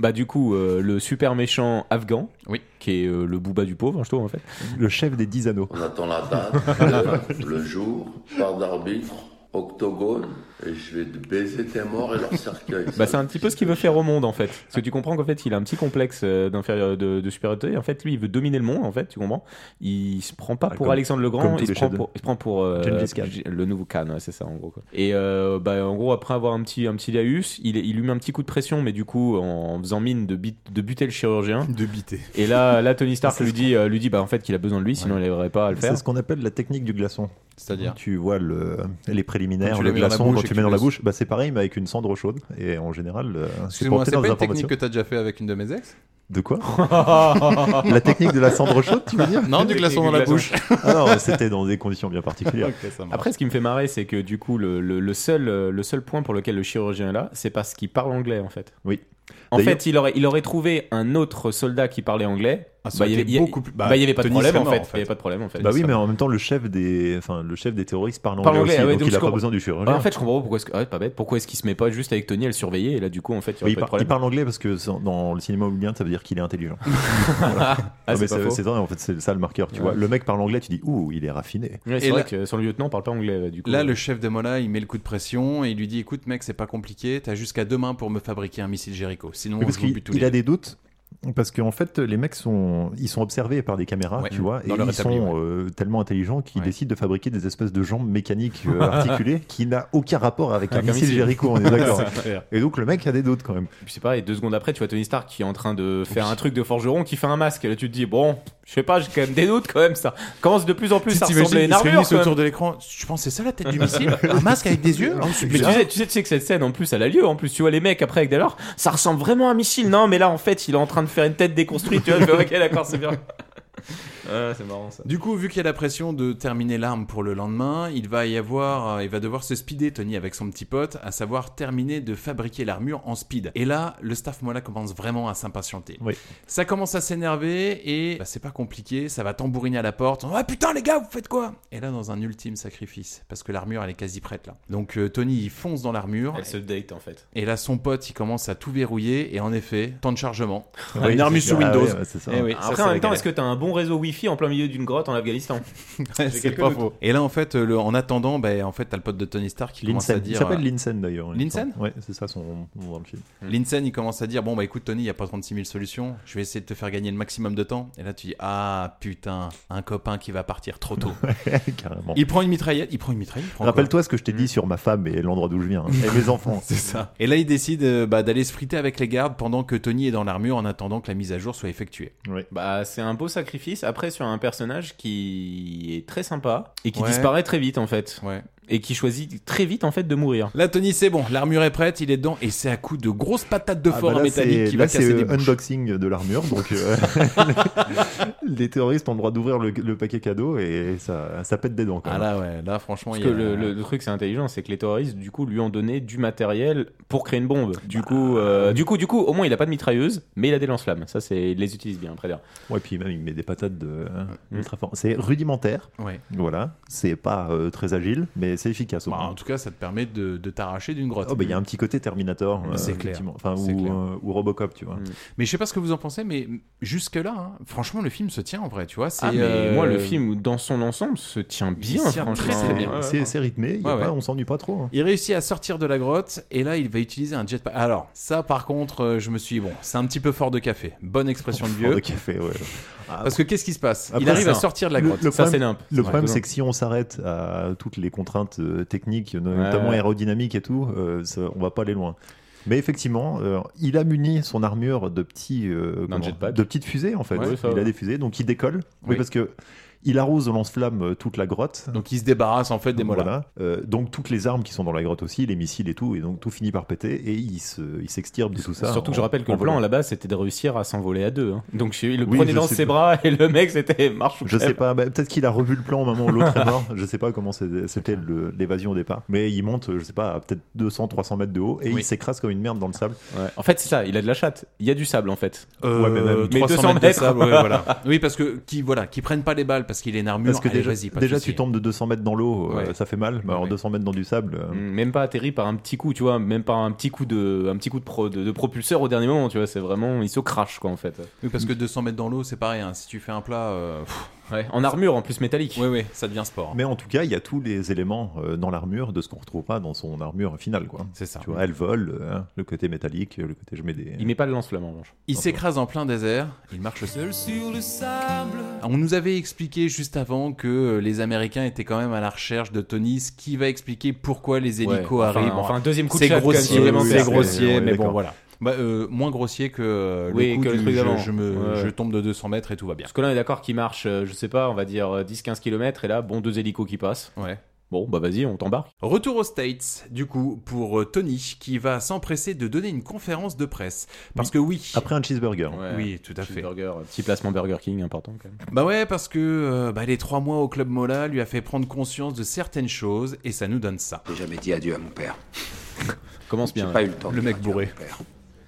Bah, du coup, euh, le super méchant afghan, Oui. qui est euh, le booba du pauvre, je trouve, en fait. Le chef des 10 anneaux. On attend la date, l'heure, le jour, pas d'arbitre, octogone, et je vais te baiser tes morts et leur cercueil. Bah, c'est un petit peu ce qu'il veut faire au monde, en fait. Parce que tu comprends qu'en fait, il a un petit complexe euh, d'inférieur- de, de supériorité. En fait, lui, il veut dominer le monde, en fait, tu comprends. Il se prend pas Ah, pour comme- Alexandre le comme Grand, tous il se, les prend chefs de- pour, il se prend pour euh, Gengis Khan. G- le nouveau Khan, ouais, c'est ça, en gros. quoi. Et euh, bah, en gros, après avoir un petit, un petit laïus, il, il lui met un petit coup de pression, mais du coup, en faisant mine de, bit- de buter le chirurgien. De biter. Et là, là Tony Stark C'est lui ce dit, euh, lui dit bah, en fait, qu'il a besoin de lui, sinon il n'arriverait pas à le faire. C'est ce qu'on appelle la technique du glaçon. C'est-à-dire. Tu vois le, les préliminaires, Quand tu le le mets dans la glaçon bouche quand et tu que mets tu dans la laisses- bouche, bah, c'est pareil mais avec une cendre chaude et en général euh, c'est Excuse-moi, porté c'est dans pas des une technique informations. que t'as déjà fait avec une de mes ex De quoi La technique de la cendre chaude, tu veux dire Non, du glaçon dans la glaçon. bouche. Ah non, c'était dans des conditions bien particulières. Après, ce qui me fait marrer, c'est que du coup, le, le- le seul, euh, le seul point pour lequel le chirurgien est là, c'est parce qu'il parle anglais, en fait. Oui. En D'ailleurs- fait, il aurait, il aurait trouvé un autre soldat qui parlait anglais Ah, ça Bah, aurait il y été avait- beaucoup plus- bah, bah, il y avait pas de Tony problème serait en mort, fait. en fait. Il y avait pas de problème en fait. Bah oui, Ça mais va. en même temps, le chef des, enfin, le chef des terroristes parle Parle anglais aussi, anglais, ouais, donc, donc il je a pas comprends. besoin du chirurgien. Ouais, en fait, je comprends pas pourquoi. Est-ce que... ah ouais, pas bête. Pourquoi est-ce qu'il se met pas juste avec Tony à le surveiller et là du coup en fait il y Oui, aurait il, pas de par- il problème. parle anglais parce que c'est- dans le cinéma hollywoodien, ça veut dire qu'il est intelligent. Ah, Non, mais c'est pas c'est faux. c'est vrai, en fait, c'est ça le marqueur. Tu vois, le mec parle anglais, tu dis, ouh, il est raffiné. Ouais, Et c'est vrai là- que son lieutenant parle pas anglais ouais, du coup. Là, le chef des Mola, il met le coup de pression et il lui dit Écoute, mec, c'est pas compliqué, t'as jusqu'à demain pour me fabriquer un missile Jericho. Sinon, Oui, on parce se vous qu'il bute tous il les a deux. des doutes. Parce qu'en fait, les mecs sont, ils sont observés par des caméras, Ouais. tu vois, Dans et leur ils établi, sont euh, tellement intelligents qu'ils Ouais. décident de fabriquer des espèces de jambes mécaniques euh, articulées qui n'a aucun rapport avec un Avec un missile missile. Jericho, on est d'accord. C'est clair. et donc le mec a des doutes quand même. Puis c'est pareil, deux secondes après, tu vois Tony Stark qui est en train de faire un truc de forgeron qui fait un masque. Et là, tu te dis, bon, je sais pas, j'ai quand même des doutes quand même, ça commence de plus en plus Tu à t'imagines, ressembler à une ils se armure. réunissent quand autour même. de l'écran. Je pense que c'est ça la tête du missile Un masque avec des yeux Oh, c'est Mais tu bizarre. sais, tu, sais, tu sais que cette scène en plus elle a lieu en plus tu vois les mecs après avec des leurs ça ressemble vraiment à un missile non mais là en fait il est en train de faire une tête déconstruite tu vois je fais, ok d'accord c'est bien Ouais, c'est marrant ça Du coup, vu qu'il y a la pression de terminer l'arme pour le lendemain, il va y avoir, euh, il va devoir se speeder Tony avec son petit pote, à savoir terminer de fabriquer l'armure en speed. Et là, le staff Mola commence vraiment à s'impatienter. Oui. Ça commence à s'énerver et bah, c'est pas compliqué, ça va tambouriner à la porte. Ah putain les gars, vous faites quoi Et là, dans un ultime sacrifice, parce que l'armure elle est quasi prête là. Donc euh, Tony il fonce dans l'armure. elle se date en fait Et là, son pote, il commence à tout verrouiller. Et en effet, temps de chargement. Oui, une armure c'est- sous ah Windows. ouais, ouais, c'est ça. Eh oui, ça, après c'est en la même temps galère. est-ce que t'as un bon réseau wifi en plein milieu d'une grotte en Afghanistan Ouais, J'ai c'est quelques pas doutes. faux. Et là, en fait, le- en attendant, bah, en fait, t'as le pote de Tony Stark qui commence à Linsen. Il dire. euh, s'appelle Linsen d'ailleurs. il me Linsen semble. Ouais, c'est ça son son nom dans le film. euh, Linsen, il commence à dire Bon, bah écoute, Tony, il n'y a pas 36 000 solutions. Je vais essayer de te faire gagner le maximum de temps. Et là, tu dis Ah putain, un copain qui va partir trop tôt. Carrément. il prend une mitraillette. Il prend une mitraillette. il prend quoi Rappelle-toi ce que je t'ai Mm. dit sur ma femme et l'endroit d'où je viens hein, et mes enfants. C'est ça. Et là, il décide euh, bah, d'aller se friter avec les gardes pendant que Tony est dans l'armure en attendant que la mise à jour soit effectuée. Bah, c'est un beau sacrifice. Après, sur un personnage qui est très sympa et qui Ouais. disparaît très vite en fait, Ouais. et qui choisit très vite en fait de mourir. Là, Tony, c'est bon. L'armure est prête, il est dedans. Et c'est à coup de grosses patates de Ah, fort bah, en là, métallique c'est- qui là, va casser c'est, des euh, bouches. unboxing de l'armure, donc euh, les terroristes ont le droit d'ouvrir le, le paquet cadeau et ça, ça pète des dents. Quand Ah même. là, ouais, là, franchement, Parce il que y a. le, le- le truc c'est intelligent, c'est que les terroristes du coup lui ont donné du matériel pour créer une bombe. Du Bah. coup, euh, du coup, du coup, au moins il a pas de mitrailleuse, mais il a des lance-flammes. Ça, c'est il les utilise bien après. d'ailleurs. Ouais, puis même il met des patates de hein, Mm. ultra fort. C'est rudimentaire, Ouais. voilà. C'est pas euh, très agile, mais c'est efficace. au Bah, moins. en tout cas, ça te permet de, de t'arracher d'une grotte. Oh, bah, il y a un petit côté Terminator, euh, C'est clair. effectivement. Enfin, C'est ou, clair. euh, ou Robocop, tu vois. Mm. Mais je sais pas ce que vous en pensez, mais jusque-là, hein, franchement, le film se tient en vrai, tu vois. c'est, Ah, mais euh, moi, le film dans son ensemble se tient bien, tient franchement. très, très C'est- bien. C'est c'est rythmé, il y a Ouais, pas- ouais. on s'ennuie pas trop. hein. Il réussit à sortir de la grotte et là il va utiliser un jetpack. Alors ça par contre euh, je me suis dit, bon c'est un petit peu fort de café. Bonne expression de Oh, Fort vieux. de café, Ah, ouais. Parce que qu'est-ce qui se passe Il Après, arrive ça, à sortir de la le- grotte. le Ça, problème- c'est nimp. Le problème, c'est que si on s'arrête à toutes les contraintes euh, techniques, notamment Ouais. aérodynamiques et tout, euh, ça- on va pas aller loin. Mais effectivement, euh, il a muni son armure de petits, euh, comment- jetpack. de petites fusées en fait. Ouais, ça, il a ouais. des fusées, donc il décolle. Oui, Oui. parce que il arrose au lance-flamme euh, toute la grotte. Donc il se débarrasse en fait des molas. Voilà. Euh, donc toutes les armes qui sont dans la grotte aussi, les missiles et tout, et donc tout finit par péter et il se- il s'extirpe de tout ça. Surtout en- que je rappelle que en le plan volant. à la base c'était de réussir à s'envoler à deux. hein. Donc je- il le Oui, prenait je dans sais ses pas. bras et le mec c'était marche ou Je sais Eh crève. pas, bah, peut-être qu'il a revu le plan au moment où l'autre est mort. Je sais pas comment c'est- c'était le- l'évasion au départ. Mais il monte, je sais pas, à peut-être 200, 300 mètres de haut et Oui. il s'écrase comme une merde dans le sable. Ouais. En fait, c'est ça, il a de la chatte. Il y a du sable en fait. Euh, Ouais, mais même- mais 200 de mètres. sable, ouais, voilà. Oui parce que qui voilà qui prennent pas les balles parce qu'il est une armure. Parce que Allez, déjà, vas-y, pas de déjà souci. tu tombes de 200 mètres dans l'eau, euh, Ouais. ça fait mal. Mais alors Ouais. Mm. 200 mètres dans du sable. euh, Mm, Même pas atterri par un petit coup, tu vois, même par un petit coup de, un petit coup de, pro- de, de propulseur au dernier moment, tu vois, c'est vraiment, il se crache quoi en fait. Oui, parce que 200 mètres dans l'eau c'est pareil. hein, Si tu fais un plat, euh, pff, Ouais, en armure en plus métallique. ouais ouais ça devient sport. Mais en tout cas, il y a tous les éléments euh, dans l'armure de ce qu'on retrouve pas dans son armure finale. Quoi. Hein, C'est ça. Tu vois, elle vole, euh, le côté métallique, le côté je mets des. Il met pas le lance-flamme en revanche. Il s'écrase en plein désert, il marche seul sur le sable. On nous avait expliqué juste avant que euh, les Américains étaient quand même à la recherche de Tony, ce qui va expliquer pourquoi les Ouais, hélicos enfin, arrivent. Enfin, deuxième coup de c'est chatte, quand même, grossier, supplémentaire. c'est c'est- grossier, ouais, mais bon d'accord. voilà. Bah, euh, moins grossier que euh, Oui, le coup que le du truc je- d'avant. je, me, Ouais. je tombe de 200 mètres et tout va bien. Parce que là, on est d'accord qu'il marche, euh, je sais pas, on va dire euh, 10-15 km, et là, bon, deux hélicos qui passent. Ouais. Bon, bah vas-y, on t'embarque. Retour aux States, du coup, pour euh, Tony, qui va s'empresser de donner une conférence de presse. Parce que oui, Après un cheeseburger. oui, tout à fait. Burger, euh, petit placement Burger King important quand même. Bah ouais, parce que euh, bah, les trois mois au Club Mola lui a fait prendre conscience de certaines choses et ça nous donne ça. J'ai jamais dit adieu à mon père. Commence bien. hein. J'ai pas eu le temps. Le de mec dire adieu à bourré. mon père.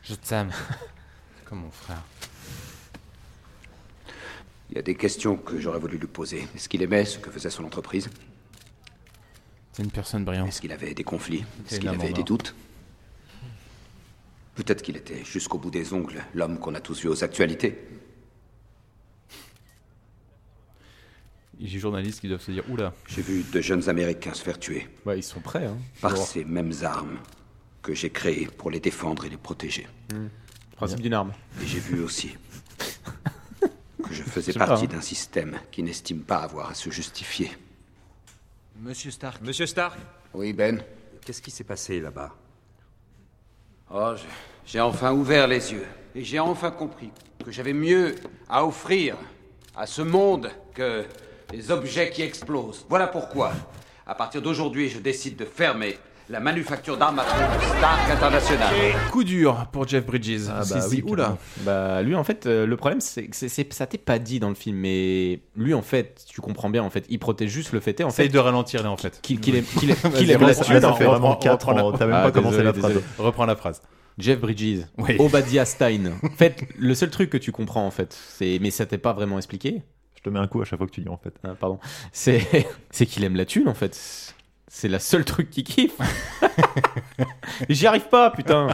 Je t'aime. Comme mon frère. Il y a des questions que j'aurais voulu lui poser. Est-ce qu'il aimait ce que faisait son entreprise C'est une personne brillante. Est-ce qu'il avait des conflits Est-ce Et qu'il la avait mort. des doutes Peut-être qu'il était jusqu'au bout des ongles l'homme qu'on a tous vu aux actualités. Les journalistes qui doivent se dire oula. J'ai vu de jeunes Américains se faire tuer Ouais, ils sont prêts. Hein. par Bon. ces mêmes armes que j'ai créées pour les défendre et les protéger. Principe d'une arme. Et j'ai vu aussi que je faisais C'est pas, partie hein. d'un système qui n'estime pas avoir à se justifier. Monsieur Stark, Monsieur Stark Oui, Ben Qu'est-ce qui s'est passé là-bas Oh, j'ai- j'ai enfin ouvert les yeux. Et j'ai enfin compris que j'avais mieux à offrir à ce monde que les objets qui explosent. Voilà pourquoi, à partir d'aujourd'hui, je décide de fermer la manufacture d'armes à feu de Stark International. Coup dur pour Jeff Bridges. Ah Il bah s'est oui, dit, oula. carrément. Bah lui en fait, euh, le problème c'est que c'est- c'est- ça t'est pas dit dans le film, mais lui en fait, tu comprends bien en fait, il protège juste le fait est en Essaye fait de ralentir là en fait. qu'il qu'il aime qu'il aime- Vas-y, qu'il aime reprends- la thune. attends, reprends- reprends la- Ah, désolé, désolé. Reprends la phrase. Jeff Bridges, Obadiah Stein. En fait, le seul truc que tu comprends en fait, c'est mais ça t'est pas vraiment expliqué. hein, Je te mets un coup à chaque fois que tu dis en fait. pardon. C'est c'est qu'il aime la thune en fait. C'est la seule truc qu'il kiffe. J'y arrive pas, putain.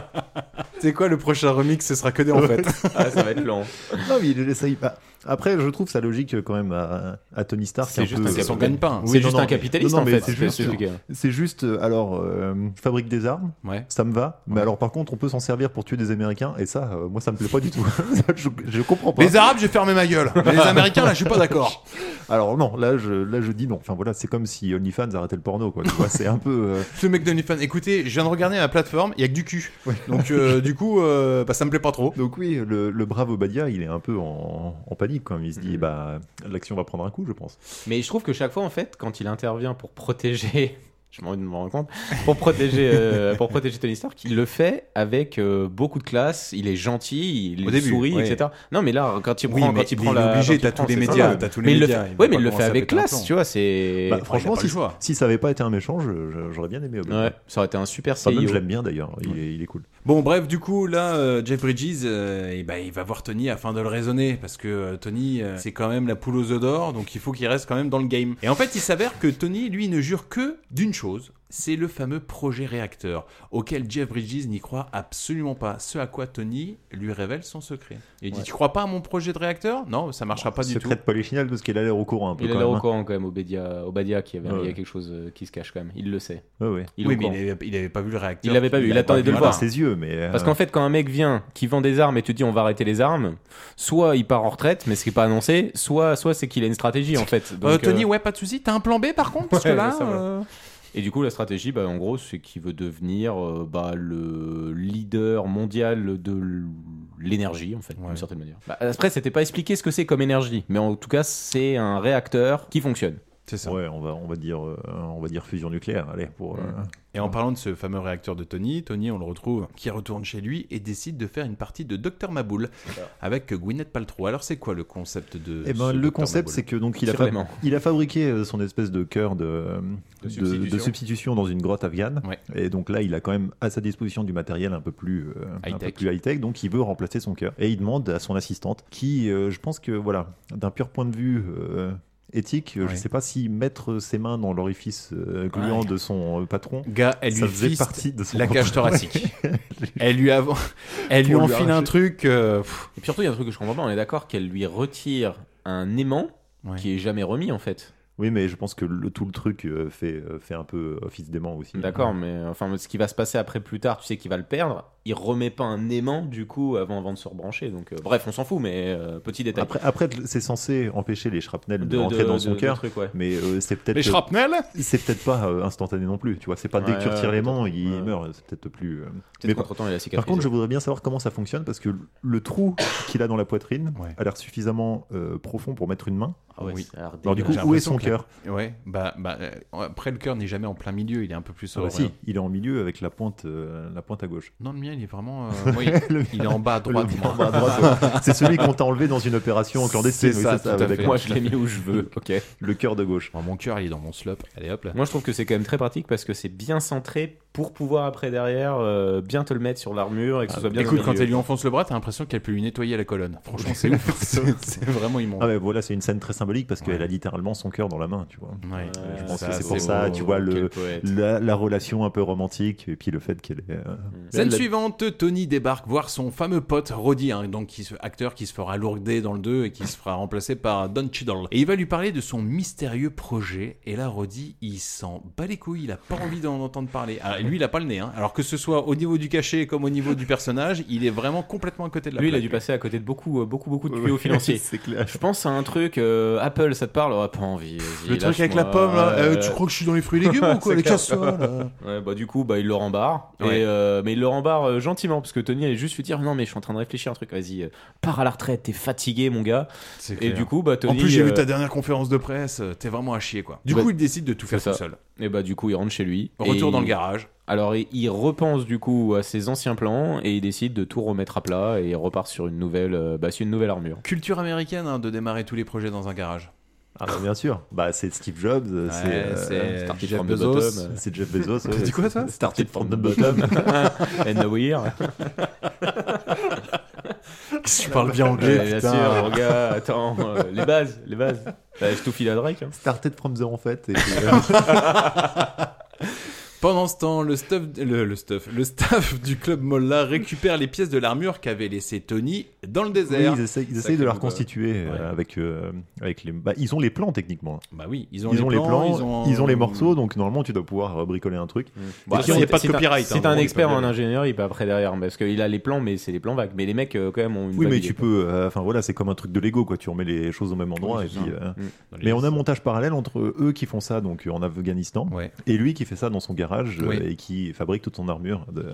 C'est quoi le prochain remix Ce sera que des en fait. ah, ça va être lent. non, mais il essaye pas. Après, je trouve sa logique euh, quand même à, à Tony Stark. C'est juste peu- un C'est son gagne-pain. hein. Oui, C'est non, juste non, un mais- capitaliste, non, non, en mais fait, C'est c'est juste, celui qui est- c'est juste, euh, alors, euh, je fabrique des armes, ça me va. Mais alors, par contre, on peut s'en servir pour tuer des Américains, et ça, euh, moi, ça me plaît pas du tout. Ça, je, je comprends pas. Les Arabes, j'ai fermé ma gueule. Mais les Américains, là, je suis pas d'accord. Alors non, là je, là je dis non. Enfin voilà, c'est comme si OnlyFans arrêtait le porno, quoi. Tu vois, c'est un peu. euh, Ce mec d'OnlyFans, écoutez, je viens de regarder la plateforme, il y a que du cul. Donc euh, du coup, euh, bah, ça me plaît pas trop. Donc oui, le, le brave Obadia, il est un peu en, en panique quand même. Il se Mm-hmm. dit, bah, l'action va prendre un coup, je pense. Mais je trouve que chaque fois, en fait, quand il intervient pour protéger, je m'en me rends compte, pour protéger, euh, pour protéger Tony Stark, il le fait avec euh, beaucoup de classe. Il est gentil, il Au début, sourit, ouais. etc. Non, mais là, quand il Oui, prend, mais quand il il prend est la, obligé, quand il t'as tous prend les ses- médias, Ouais. t'as tous les mais il le médias, fait- il va ouais, mais pas il le commencer fait à avec péter un classe, plomb. tu vois. C'est Bah, Enfin, il a franchement, pas le si, choix. si ça avait pas été un méchant, je- je- j'aurais bien aimé Bah, Obadia. Ouais, ça aurait été un super E Enfin, même, CEO. je l'aime bien d'ailleurs. Il, est, il est cool. Bon, bref, du coup, là, euh, Jeff Bridges, euh, eh ben, il va voir Tony afin de le raisonner, parce que euh, Tony, euh, c'est quand même la poule aux œufs d'or, donc il faut qu'il reste quand même dans le game. Et en fait, il s'avère que Tony, lui, ne jure que d'une chose, c'est le fameux projet réacteur, auquel Jeff Bridges n'y croit absolument pas, ce à quoi Tony lui révèle son secret. Il dit, Ouais. tu crois pas à mon projet de réacteur Non, ça marchera pas du tout. Secret de Polichinelle parce qu'il a l'air au courant un peu. Il a quand l'air même, au hein. courant quand même, Obadia, Obadia qui avait Ouais, il y a ouais. quelque chose euh, qui se cache quand même. Il le sait. Ouais, ouais. Il est oui, au mais courant. il avait, il avait pas vu le réacteur. Il l'avait pas vu, il attendait de le Voilà, voir. ses yeux, mais, euh, Parce qu'en fait, quand un mec vient, qui vend des armes et te dit on va arrêter les armes, soit il part en retraite, mais ce qui n'est pas annoncé, soit, soit c'est qu'il a une stratégie en fait. Euh, Donc, Tony, euh, ouais, pas de souci. T'as un plan B par contre, parce ouais, que là, ça, voilà. euh, Et du coup, la stratégie, bah, en gros, c'est qu'il veut devenir euh, bah, le leader mondial de l- l'énergie, en fait, d'une certaine manière. Bah, après, c'était pas expliqué ce que c'est comme énergie, mais en tout cas, c'est un réacteur qui fonctionne. c'est ça. euh, Ouais, on va, on va dire, euh, on va dire fusion nucléaire. Allez, Mm. pour. euh, Et en parlant de ce fameux réacteur de Tony, Tony, on le retrouve, qui retourne chez lui et décide de faire une partie de Docteur Maboul avec Gwyneth Paltrow. Alors, c'est quoi le concept de Eh ben, ce le Dr. concept, Maboul c'est que donc il a, Tire les fab- mains. il a fabriqué euh, son espèce de cœur de, euh, De de- substitution. de substitution dans une grotte afghane. Ouais. Et donc là, il a quand même à sa disposition du matériel un peu plus euh, un peu High-tech. plus high-tech. donc il veut remplacer son cœur. Et il demande à son assistante, qui, euh, je pense que voilà, d'un pur point de vue. euh, éthique, euh, je Ouais. sais pas si mettre ses mains dans l'orifice euh, gluant Ouais. de son euh, patron, Gars, elle ça lui faisait fiste partie de son la cage contrat. thoracique. elle lui, av- elle lui Pour lui enfile un arracher. truc. euh, pff, Et puis surtout, il y a un truc que je comprends pas, on est d'accord qu'elle lui retire un aimant Ouais. qui est jamais remis, en fait. Oui, mais je pense que le, tout le truc euh, fait, euh, fait un peu office d'aimant aussi. D'accord, mais euh, enfin, ce qui va se passer après plus tard, tu sais qu'il va le perdre. Il remet pas un aimant du coup avant, avant de se rebrancher. Donc, euh, bref, on s'en fout, mais euh, petit détail. Après, après c'est censé empêcher les shrapnels de, De- rentrer de- dans de- son de cœur, trucs, ouais. mais euh, c'est peut-être Les shrapnels c'est peut-être pas euh, instantané non plus. Tu vois, c'est pas dès Ouais, que tu retires ouais, les mains, il ouais. meurt. C'est peut-être plus. euh, Peut-être mais qu'entre-temps, il a cicatrisé. Par contre, je voudrais bien savoir comment ça fonctionne parce que le trou qu'il a dans la poitrine Ouais. a l'air suffisamment euh, profond pour mettre une main. Ah ouais, Oui. ça a l'air Alors du coup, dégueulasse. où est l'impression son que- cœur Ouais, bah, bah, euh, après, le cœur n'est jamais en plein milieu, il est un peu plus Ah au bah Si, il est en milieu avec la pointe, euh, la pointe à gauche. Non, le mien, il est vraiment. euh, oui, il est en bas à droite. Le- moi. en bas à droite, c'est celui qu'on t'a enlevé dans une opération clandestine. C'est oui, ça, c'est tout à avec fait. moi, je l'ai mis où je veux. Ok. le cœur de gauche. Bon, mon cœur, il est dans mon slop. Allez hop là. Moi, je trouve que c'est quand même très pratique parce que c'est bien centré pour pouvoir après derrière euh, bien te le mettre sur l'armure Ah, et que ce soit bien. Écoute, au quand milieu. elle lui enfonce le bras, t'as l'impression qu'elle peut lui nettoyer la colonne. Franchement, c'est ouf. C'est- C'est vraiment immonde. Ah ouais, voilà, c'est une scène très symbolique parce qu'elle a littéralement son cœur dans la main, tu vois. Ouais. je pense Ça, que c'est pour c'est ça, beau, tu vois, quel le, poète. la, la relation un peu romantique et puis le fait qu'elle est. euh, Scène elle- suivante, Tony débarque voir son fameux pote Roddy, hein, donc qui se- acteur qui se fera lourder dans le 2 et qui se fera remplacer par Don Cheadle. Et il va lui parler de son mystérieux projet. Et là, Roddy, il s'en bat les couilles, il a pas envie d'en entendre parler. Alors, lui, il a pas le nez. hein. Alors que ce soit au niveau du cachet comme au niveau du personnage, il est vraiment complètement à côté de la Lui, il a plaque. dû passer à côté de beaucoup, euh, beaucoup, beaucoup de tuyaux Ouais, financiers. c'est Je pense à un truc, euh, Apple, ça te parle Oh, Pas envie. vas-y, Le truc avec lâche-moi. la pomme, là. Euh, Ouais. tu crois que je suis dans les fruits et légumes ou quoi C'est Les clair. casseroles, là. Ouais, bah du coup, bah, il le rembarre. Et, Ouais. euh, mais il le rembarre euh, gentiment parce que Tony allait juste lui dire Non, mais je suis en train de réfléchir à un truc, vas-y, euh, pars à la retraite, t'es fatigué, mon gars. Et clair. du coup, bah, Tony. En plus, j'ai euh, vu ta dernière conférence de presse, euh, t'es vraiment à chier, quoi. Du Bah, coup, il décide de tout faire c'est tout ça. seul. Et bah du coup, il rentre chez lui. Retour Et dans le il- garage. Alors il- il repense du coup à ses anciens plans et il décide de tout remettre à plat et il repart sur une nouvelle, euh, bah, sur une nouvelle armure. Culture américaine hein, de démarrer tous les projets dans un garage. Ah bah, bien sûr, bah c'est Steve Jobs, c'est euh, Started Jeff from the Bezos, bottom. c'est Jeff Bezos. T'as dit quoi, toi Started from the bottom. bottom. And now we're here. Tu parles bien anglais, Ouais, Bien putain. sûr, mon gars, attends, euh, les bases, les bases. Bah, je tout file à Drake. hein. Started from the en fait. et- euh, Pendant ce temps, le stuff, le, le stuff, le staff du club Molla récupère les pièces de l'armure qu'avait laissé Tony dans le désert. Oui, ils essayent, ils essayent de la reconstituer euh, avec, euh, avec les. Bah, ils ont les plans techniquement. Bah oui, ils ont les plans, ils ont- les morceaux, donc normalement tu dois pouvoir euh, bricoler un truc. Bah, si on c'est- n'est c'est un- hein, C'est un on est expert pas en bien. ingénieur, il peut après derrière parce qu'il a les plans, mais c'est des plans vagues. Mais les mecs, euh, quand même, ont une. Oui, vague mais idée, tu quoi. peux. euh, Enfin voilà, c'est comme un truc de Lego, quoi. Tu remets les choses au même endroit. Oui, et c'est puis, ça. euh, Mm. Dans les Mais on a un montage parallèle entre eux qui font ça donc euh, en Afghanistan et lui qui fait ça dans son garage euh, Oui. et qui fabrique toute son armure. de-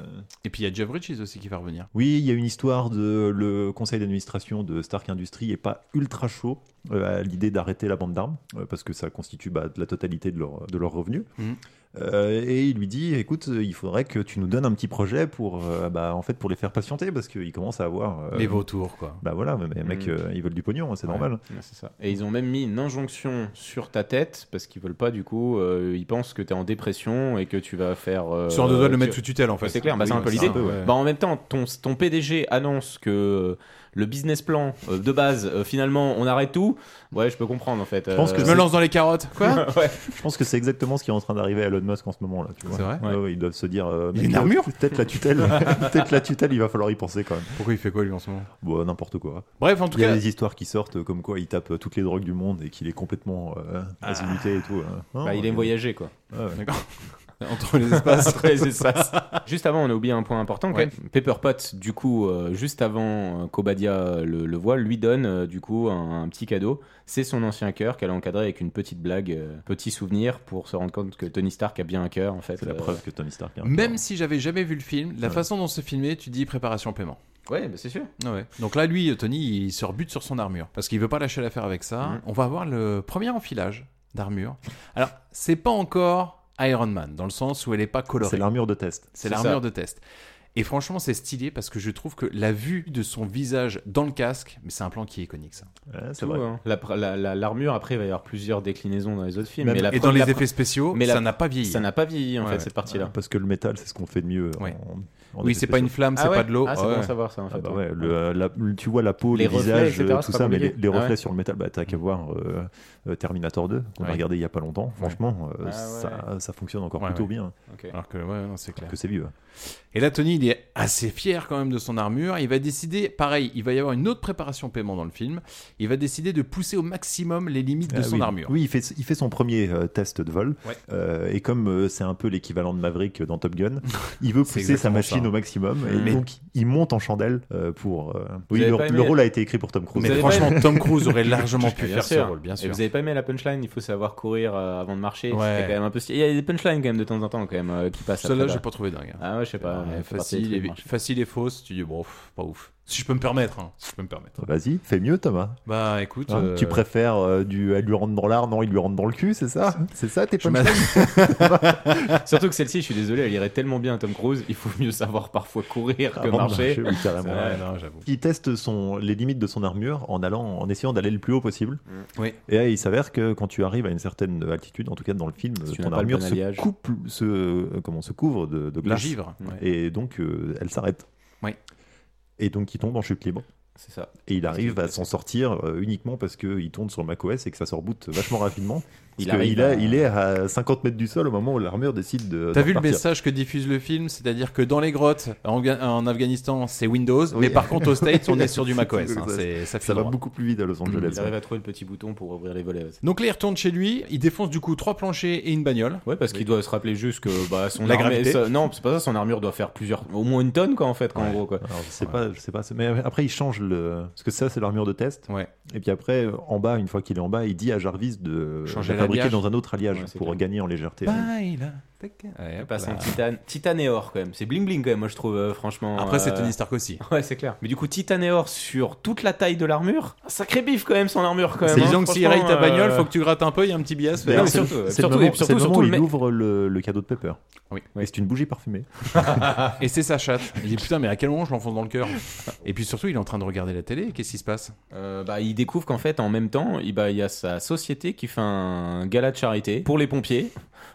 Et puis il y a Jeff Bridges aussi qui va revenir. Oui, il y a une histoire de le conseil d'administration de Stark Industries est pas ultra chaud euh, à l'idée d'arrêter la bande d'armes euh, parce que ça constitue bah, de la totalité de leur de leurs revenus. Mmh. Mhm. Euh, et il lui dit, écoute, euh, il faudrait que tu nous donnes un petit projet pour, euh, bah, en fait, pour les faire patienter parce qu'ils commencent à avoir euh, Les vautours, quoi. Bah voilà, mais les Mm. mecs, Mhm. euh, ils veulent du pognon, c'est Ouais, normal. ouais, c'est ça. Et ils ont même mis une injonction sur ta tête parce qu'ils veulent pas du coup, euh, ils pensent que t'es en dépression et que tu vas faire. euh, Sur deux doigts de le tu- mettre sous tutelle, en fait. C'est clair, bah, Oui, c'est un peu c'est l'idée. un peu, ouais. Bah, en même temps, ton, ton PDG annonce que euh, le business plan euh, de base, euh, finalement, on arrête tout. Ouais, je peux comprendre en fait. Je pense que Euh, c'est- carottes. Quoi Je pense que c'est exactement ce qui est en train d'arriver à Elon Musk en ce moment là. tu vois. C'est vrai Ouais, ouais, Ils doivent se dire. euh, Il a mec, une armure Peut-être la tutelle. peut-être la tutelle. Il va falloir y penser quand même. Pourquoi il fait quoi lui en ce moment Bon, n'importe quoi. Bref, en tout il y cas- a des histoires qui sortent euh, comme quoi il tape euh, toutes les drogues du monde et qu'il est complètement euh, Ah. azimuté et tout. hein. Non, Bah, il euh, aime voyager quoi. Ouais, ouais. Entre les espaces. Entre les espaces. Juste avant, on a oublié un point important quand Ouais. même. Pepper Pot, du coup, euh, juste avant euh, qu'Obadia le, le voit, lui donne euh, du coup un, un petit cadeau. C'est son ancien cœur qu'elle a encadré avec une petite blague, euh, petit souvenir pour se rendre compte que Tony Stark a bien un cœur en fait. C'est la preuve que Tony Stark. a un Même si j'avais jamais vu le film, la Ouais. façon dont c'est filmé, tu dis préparation paiement. Ouais, bah, c'est sûr. Ouais. Donc là, lui, Tony, il se rebute sur son armure parce qu'il veut pas lâcher l'affaire avec ça. Mhm. On va avoir le premier enfilage d'armure. Alors, c'est pas encore Iron Man dans le sens où elle est pas colorée. C'est l'armure de test. C'est C'est l'armure ça. de test. Et franchement, c'est stylé parce que je trouve que la vue de son visage dans le casque, mais c'est un plan qui est iconique, ça. Tout, hein. La pr- la- la- L'armure, après, il va y avoir plusieurs déclinaisons dans les autres films. Même- mais la et pre- dans les la pre- effets spéciaux, la- ça n'a pas vieilli. Ça n'a pas vieilli, en Ouais, fait, ouais. cette partie-là. Parce que le métal, c'est ce qu'on fait de mieux. Ouais. en Oui, effet c'est pas une spéciaux. flamme, c'est Ah ouais pas de l'eau. Ah, c'est Ouais. bon à savoir, ça, en Ah fait. bah ouais, le, euh, la- le- tu vois la peau, Les les, reflets, visages, etc., euh, c'est tout pas ça, mais les, compliqué. les Ah reflets ouais. sur le métal, bah, t'as qu'à voir euh, euh, Terminator 2, qu'on a regardé il y a pas longtemps. Franchement, euh, Ah ça, ça fonctionne encore Ouais, plutôt ouais. bien. Alors que, ouais, non, c'est clair. Que c'est vieux. Et là, Tony, il est assez fier quand même de son armure. Il va décider, pareil, il va y avoir une autre préparation paiement dans le film. Il va décider de pousser au maximum les limites de Ah son oui. armure. Oui, il fait, il fait son premier euh, test de vol. Ouais. Euh, et comme euh, c'est un peu l'équivalent de Maverick dans Top Gun, il veut C'est pousser sa exactement machine ça. au maximum. Mm. Mais- Et donc, il monte en chandelle euh, pour. euh, Oui, avez le, pas aimé- le rôle a été écrit pour Tom Cruise. Vous avez pas aimé- pu Bien faire ce sûr. rôle, bien Et sûr. vous avez pas aimé la punchline, il faut savoir courir euh, avant de marcher. Ouais. C'était quand même un peu stylé. Il y a des punchlines quand même de temps en temps quand même euh, qui passent. Celle-là, après, j'ai là. pas trouvé dingue. hein. Ah ouais, je sais pas. Ouais, ça fait partie des facile, trucs, et, moi. facile et fausse, tu dis, bon, pff, pas ouf. Si je peux me permettre. hein, si je peux me permettre. Vas-y, fais mieux, Thomas. Bah, écoute, Hein, euh, Tu préfères euh, du, elle lui rentre dans l'art, non, il lui rentre dans le cul, c'est ça C'est ça tes punchlines Surtout que celle-ci, je suis désolé, elle irait tellement bien à Tom Cruise. Il faut mieux savoir parfois courir que Avant de marcher. marcher, oui, carrément. Ouais, non, j'avoue. Il teste son, les limites de son armure en, allant, en essayant d'aller le plus haut possible. Mm. Oui. Et là, il s'avère que quand tu arrives à une certaine altitude, en tout cas dans le film, tu ton n'as pas le armure bon se, alliage. coupe, se, euh, comment, se couvre de, de glace. givre, ouais. Et donc, euh, elle s'arrête. Oui. Et donc, il tombe en chute libre. C'est ça. Et il arrive à s'en sortir euh, uniquement parce qu'il tourne sur macOS et que ça se reboot vachement rapidement. Il Parce que arrive il, a- à- il est à 50 mètres du sol au moment où l'armure décide de. T'as de vu le repartir. message que diffuse le film, c'est-à-dire que dans les grottes en, Ga- en Afghanistan c'est Windows, Oui. mais par contre aux States on est sur du macOS. hein, Ça- c'est- ça ça va beaucoup plus vite à Los Angeles. Il arrive à trouver le petit bouton pour ouvrir les volets. Donc là il retourne chez lui, il défonce du coup trois planchers et une bagnole. Ouais, parce qu'il doit se rappeler juste que bah, son La armée- gravité. ça- non, c'est pas ça, son armure doit faire plusieurs. au moins une tonne, quoi, en fait, quoi, en gros, quoi. Alors, je sais pas, je sais pas. c'est- Mais après, il change le. Parce que ça, c'est l'armure de test. Ouais. Et puis après, en bas, une fois qu'il est en bas, il dit à Jarvis de Changer la fabriquer l'alliage. dans un autre alliage Ouais, c'est pour gagner en légèreté. Baila. Il passe en titane, titane et or quand même. C'est bling bling quand même, moi je trouve, euh, franchement. Après, c'est euh, Tony Stark aussi. Ouais, c'est clair. Mais du coup, titane et or sur toute la taille de l'armure. Un Sacré bif quand même, son armure quand même. C'est hein, disons que si raye ta franchement, bagnole, euh, faut que tu grattes un peu, il y a un petit biais. à se faire. D'ailleurs, c'est le- c'est le surtout- moment- surtout- c'est le moment surtout où le il mec- ouvre le, le cadeau de Pepper. Oui. Et c'est une bougie parfumée. et c'est sa chatte. Il dit putain, mais à quel moment je l'enfonce dans le cœur Et puis surtout, il est en train de regarder la télé. et Qu'est-ce qui se passe Euh, bah, il découvre qu'en fait, en même temps, il bah, il y a sa société qui fait un gala de charité pour les pompiers.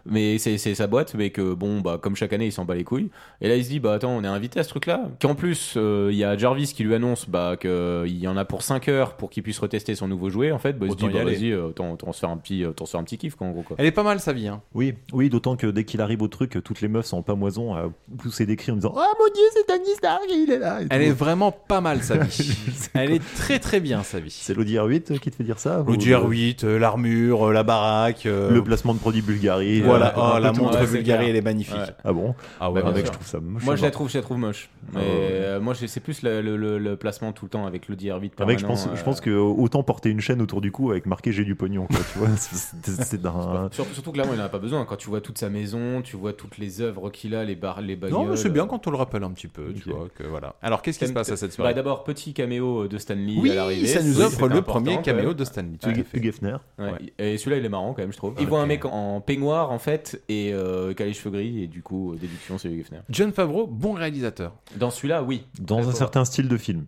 Mais c'est c'est sa boîte, mais que bon, bah, comme chaque année, il s'en bat les couilles. Et là, il se dit, bah attends, on est invité à ce truc-là. Qu'en plus, euh, il y a Jarvis qui lui annonce bah, qu'il y en a pour 5 heures pour qu'il puisse retester son nouveau jouet. En fait, bah, il se Autant dit, y bah aller. vas-y, euh, autant, autant se faire un petit, euh, autant se faire un petit kiff, quoi, en gros. Quoi. Elle est pas mal sa vie. Hein. Oui, oui d'autant que dès qu'il arrive au truc, toutes les meufs sont en pamoison à pousser des cris en disant Ah, mon dieu, c'est Tony Stark, il est là. Elle est vraiment pas mal sa vie. Elle est très très bien sa vie. C'est l'Audi R8 qui te fait dire ça Le ou- GR8, euh, l'armure, euh, la baraque. euh, Le placement de produits Bulgarie. Voilà, euh, un oh, peu la tout. montre Ouais, c'est Bulgarie, clair. elle est magnifique. Ouais. Ah bon Ah ouais, Bah, bien mec, je sûr. trouve ça moche. Moi, je la mort. trouve, je la trouve moche. Ah Mais ouais. euh, moi, je- c'est plus le, le- le- le placement tout le temps avec le DR8. Ah, mec, je pense, je euh, pense que autant porter une chaîne autour du cou avec marqué j'ai du pognon, quoi, tu vois. c'est- C'est c'est d'un. euh, Surtout, surtout que là, on n'en a pas besoin. Quand tu vois toute sa maison, tu vois toutes les œuvres qu'il a, les bars, les bagnoles. euh, Non, mais c'est bien quand on le rappelle un petit peu, tu vois que voilà. Alors qu'est-ce qui se passe à cette Bah, soirée D'abord, petit caméo de Stanley Oui, à l'arrivée. ça nous c'est offre le important, premier quand caméo même. de Stanley. tout à Hugh fait. Hugh Hefner. Ouais. Et celui-là, il est marrant quand même, Ah, je trouve. Ouais. Il voit un mec en peignoir en fait et euh, qui a les cheveux gris, et du coup, euh, déduction, c'est Hugh Hefner. John Favreau, bon réalisateur. Dans celui-là, oui. Dans un D'accord. certain style de film.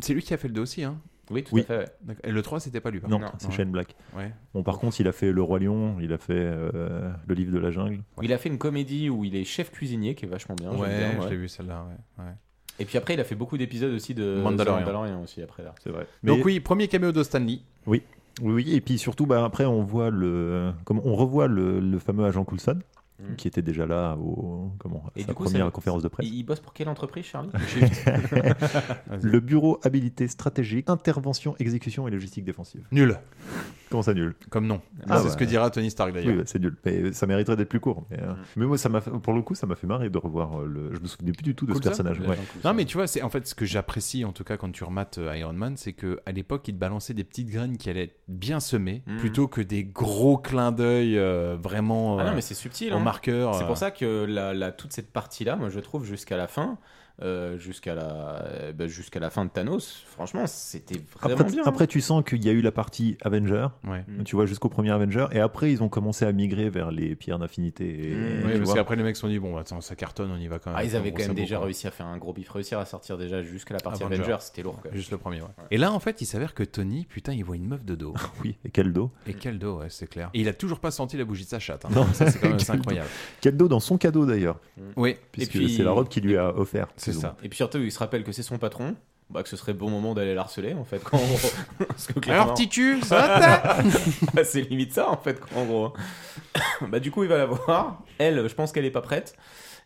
C'est lui qui a fait le 2 aussi. Hein. Oui, tout Oui. à fait. ouais. D'accord. Et le 3, c'était pas lui. par Non, contre. c'est Ouais. Shane Black. Ouais. Bon, par contre, il a fait Le Roi Lion, il a fait euh, Le Livre de la Jungle. Il a fait une comédie où il est chef cuisinier qui est vachement bien. j'aime Ouais, bien, ouais. je l'ai vu celle-là. ouais, ouais. Et puis après, il a fait beaucoup d'épisodes aussi de Mandalorian. The Mandalorian aussi après là. C'est vrai. Donc oui, premier caméo de Stanley. Oui, oui, oui. Et puis surtout, bah, après, on voit le, comme on revoit le, le fameux agent Coulson, Mhm. qui était déjà là au, comment, à Et sa du coup, première ça- conférence de presse. Il, il bosse pour quelle entreprise, Charlie Le bureau habilité stratégique, intervention, exécution et logistique défensive. Nul, Comment ça nul comme nom. Ah, c'est bah. ce que dira Tony Stark d'ailleurs. Oui, bah, c'est nul. Mais ça mériterait d'être plus court. Mais, euh, mais moi, ça m'a, fait- pour le coup, ça m'a fait marrer de revoir euh, le. Je me souvenais plus du tout de ce Coulson personnage. Le Ouais. Jean Coulson. Non mais tu vois, c'est en fait ce que j'apprécie en tout cas quand tu remates euh, Iron Man, c'est que à l'époque il te balançait des petites graines qui allaient être bien semées, Mhm. plutôt que des gros clins d'œil euh, vraiment Ah non, euh, mais c'est subtil. en hein. marqueur. C'est euh, pour ça que la, la- toute cette partie-là, moi je trouve jusqu'à la fin, euh, jusqu'à la, euh, bah, jusqu'à la fin de Thanos, franchement, c'était vraiment Après, bien. hein. après, tu sens qu'il y a eu la partie Avenger. Ouais. Mm. Tu vois, jusqu'au premier Avenger. Et après, ils ont commencé à migrer vers les pierres d'infinité. Et, tu Mm, Oui, parce vois. qu'après les mecs se sont dit bon bah, attends ça cartonne, on y va quand même. Ah, ils avaient Gros quand même sabot, déjà quoi. réussi à faire un gros bif, réussir à sortir déjà jusqu'à la partie Avenger. Avengers, c'était lourd. quoi. Juste le premier. ouais. Et là en fait il s'avère que Tony putain il voit une meuf de dos. Oui, et quel dos Et quel dos, ouais, c'est clair. Et il a toujours pas senti la bougie de sa chatte. hein. Non. ça c'est quand même c'est Quel dos. incroyable. Quel dos dans son cadeau d'ailleurs, Oui, puisque puis- c'est la robe qui lui a offert. c'est disons. ça. Et puis surtout, il se rappelle que c'est son patron, bah, que ce serait bon moment d'aller l'harceler en fait. Quand Parce que clairement, Alors petit cul, ça va, t'as bah, c'est limite ça en fait, en gros. bah, du coup, il va la voir. Elle, je pense qu'elle est pas prête.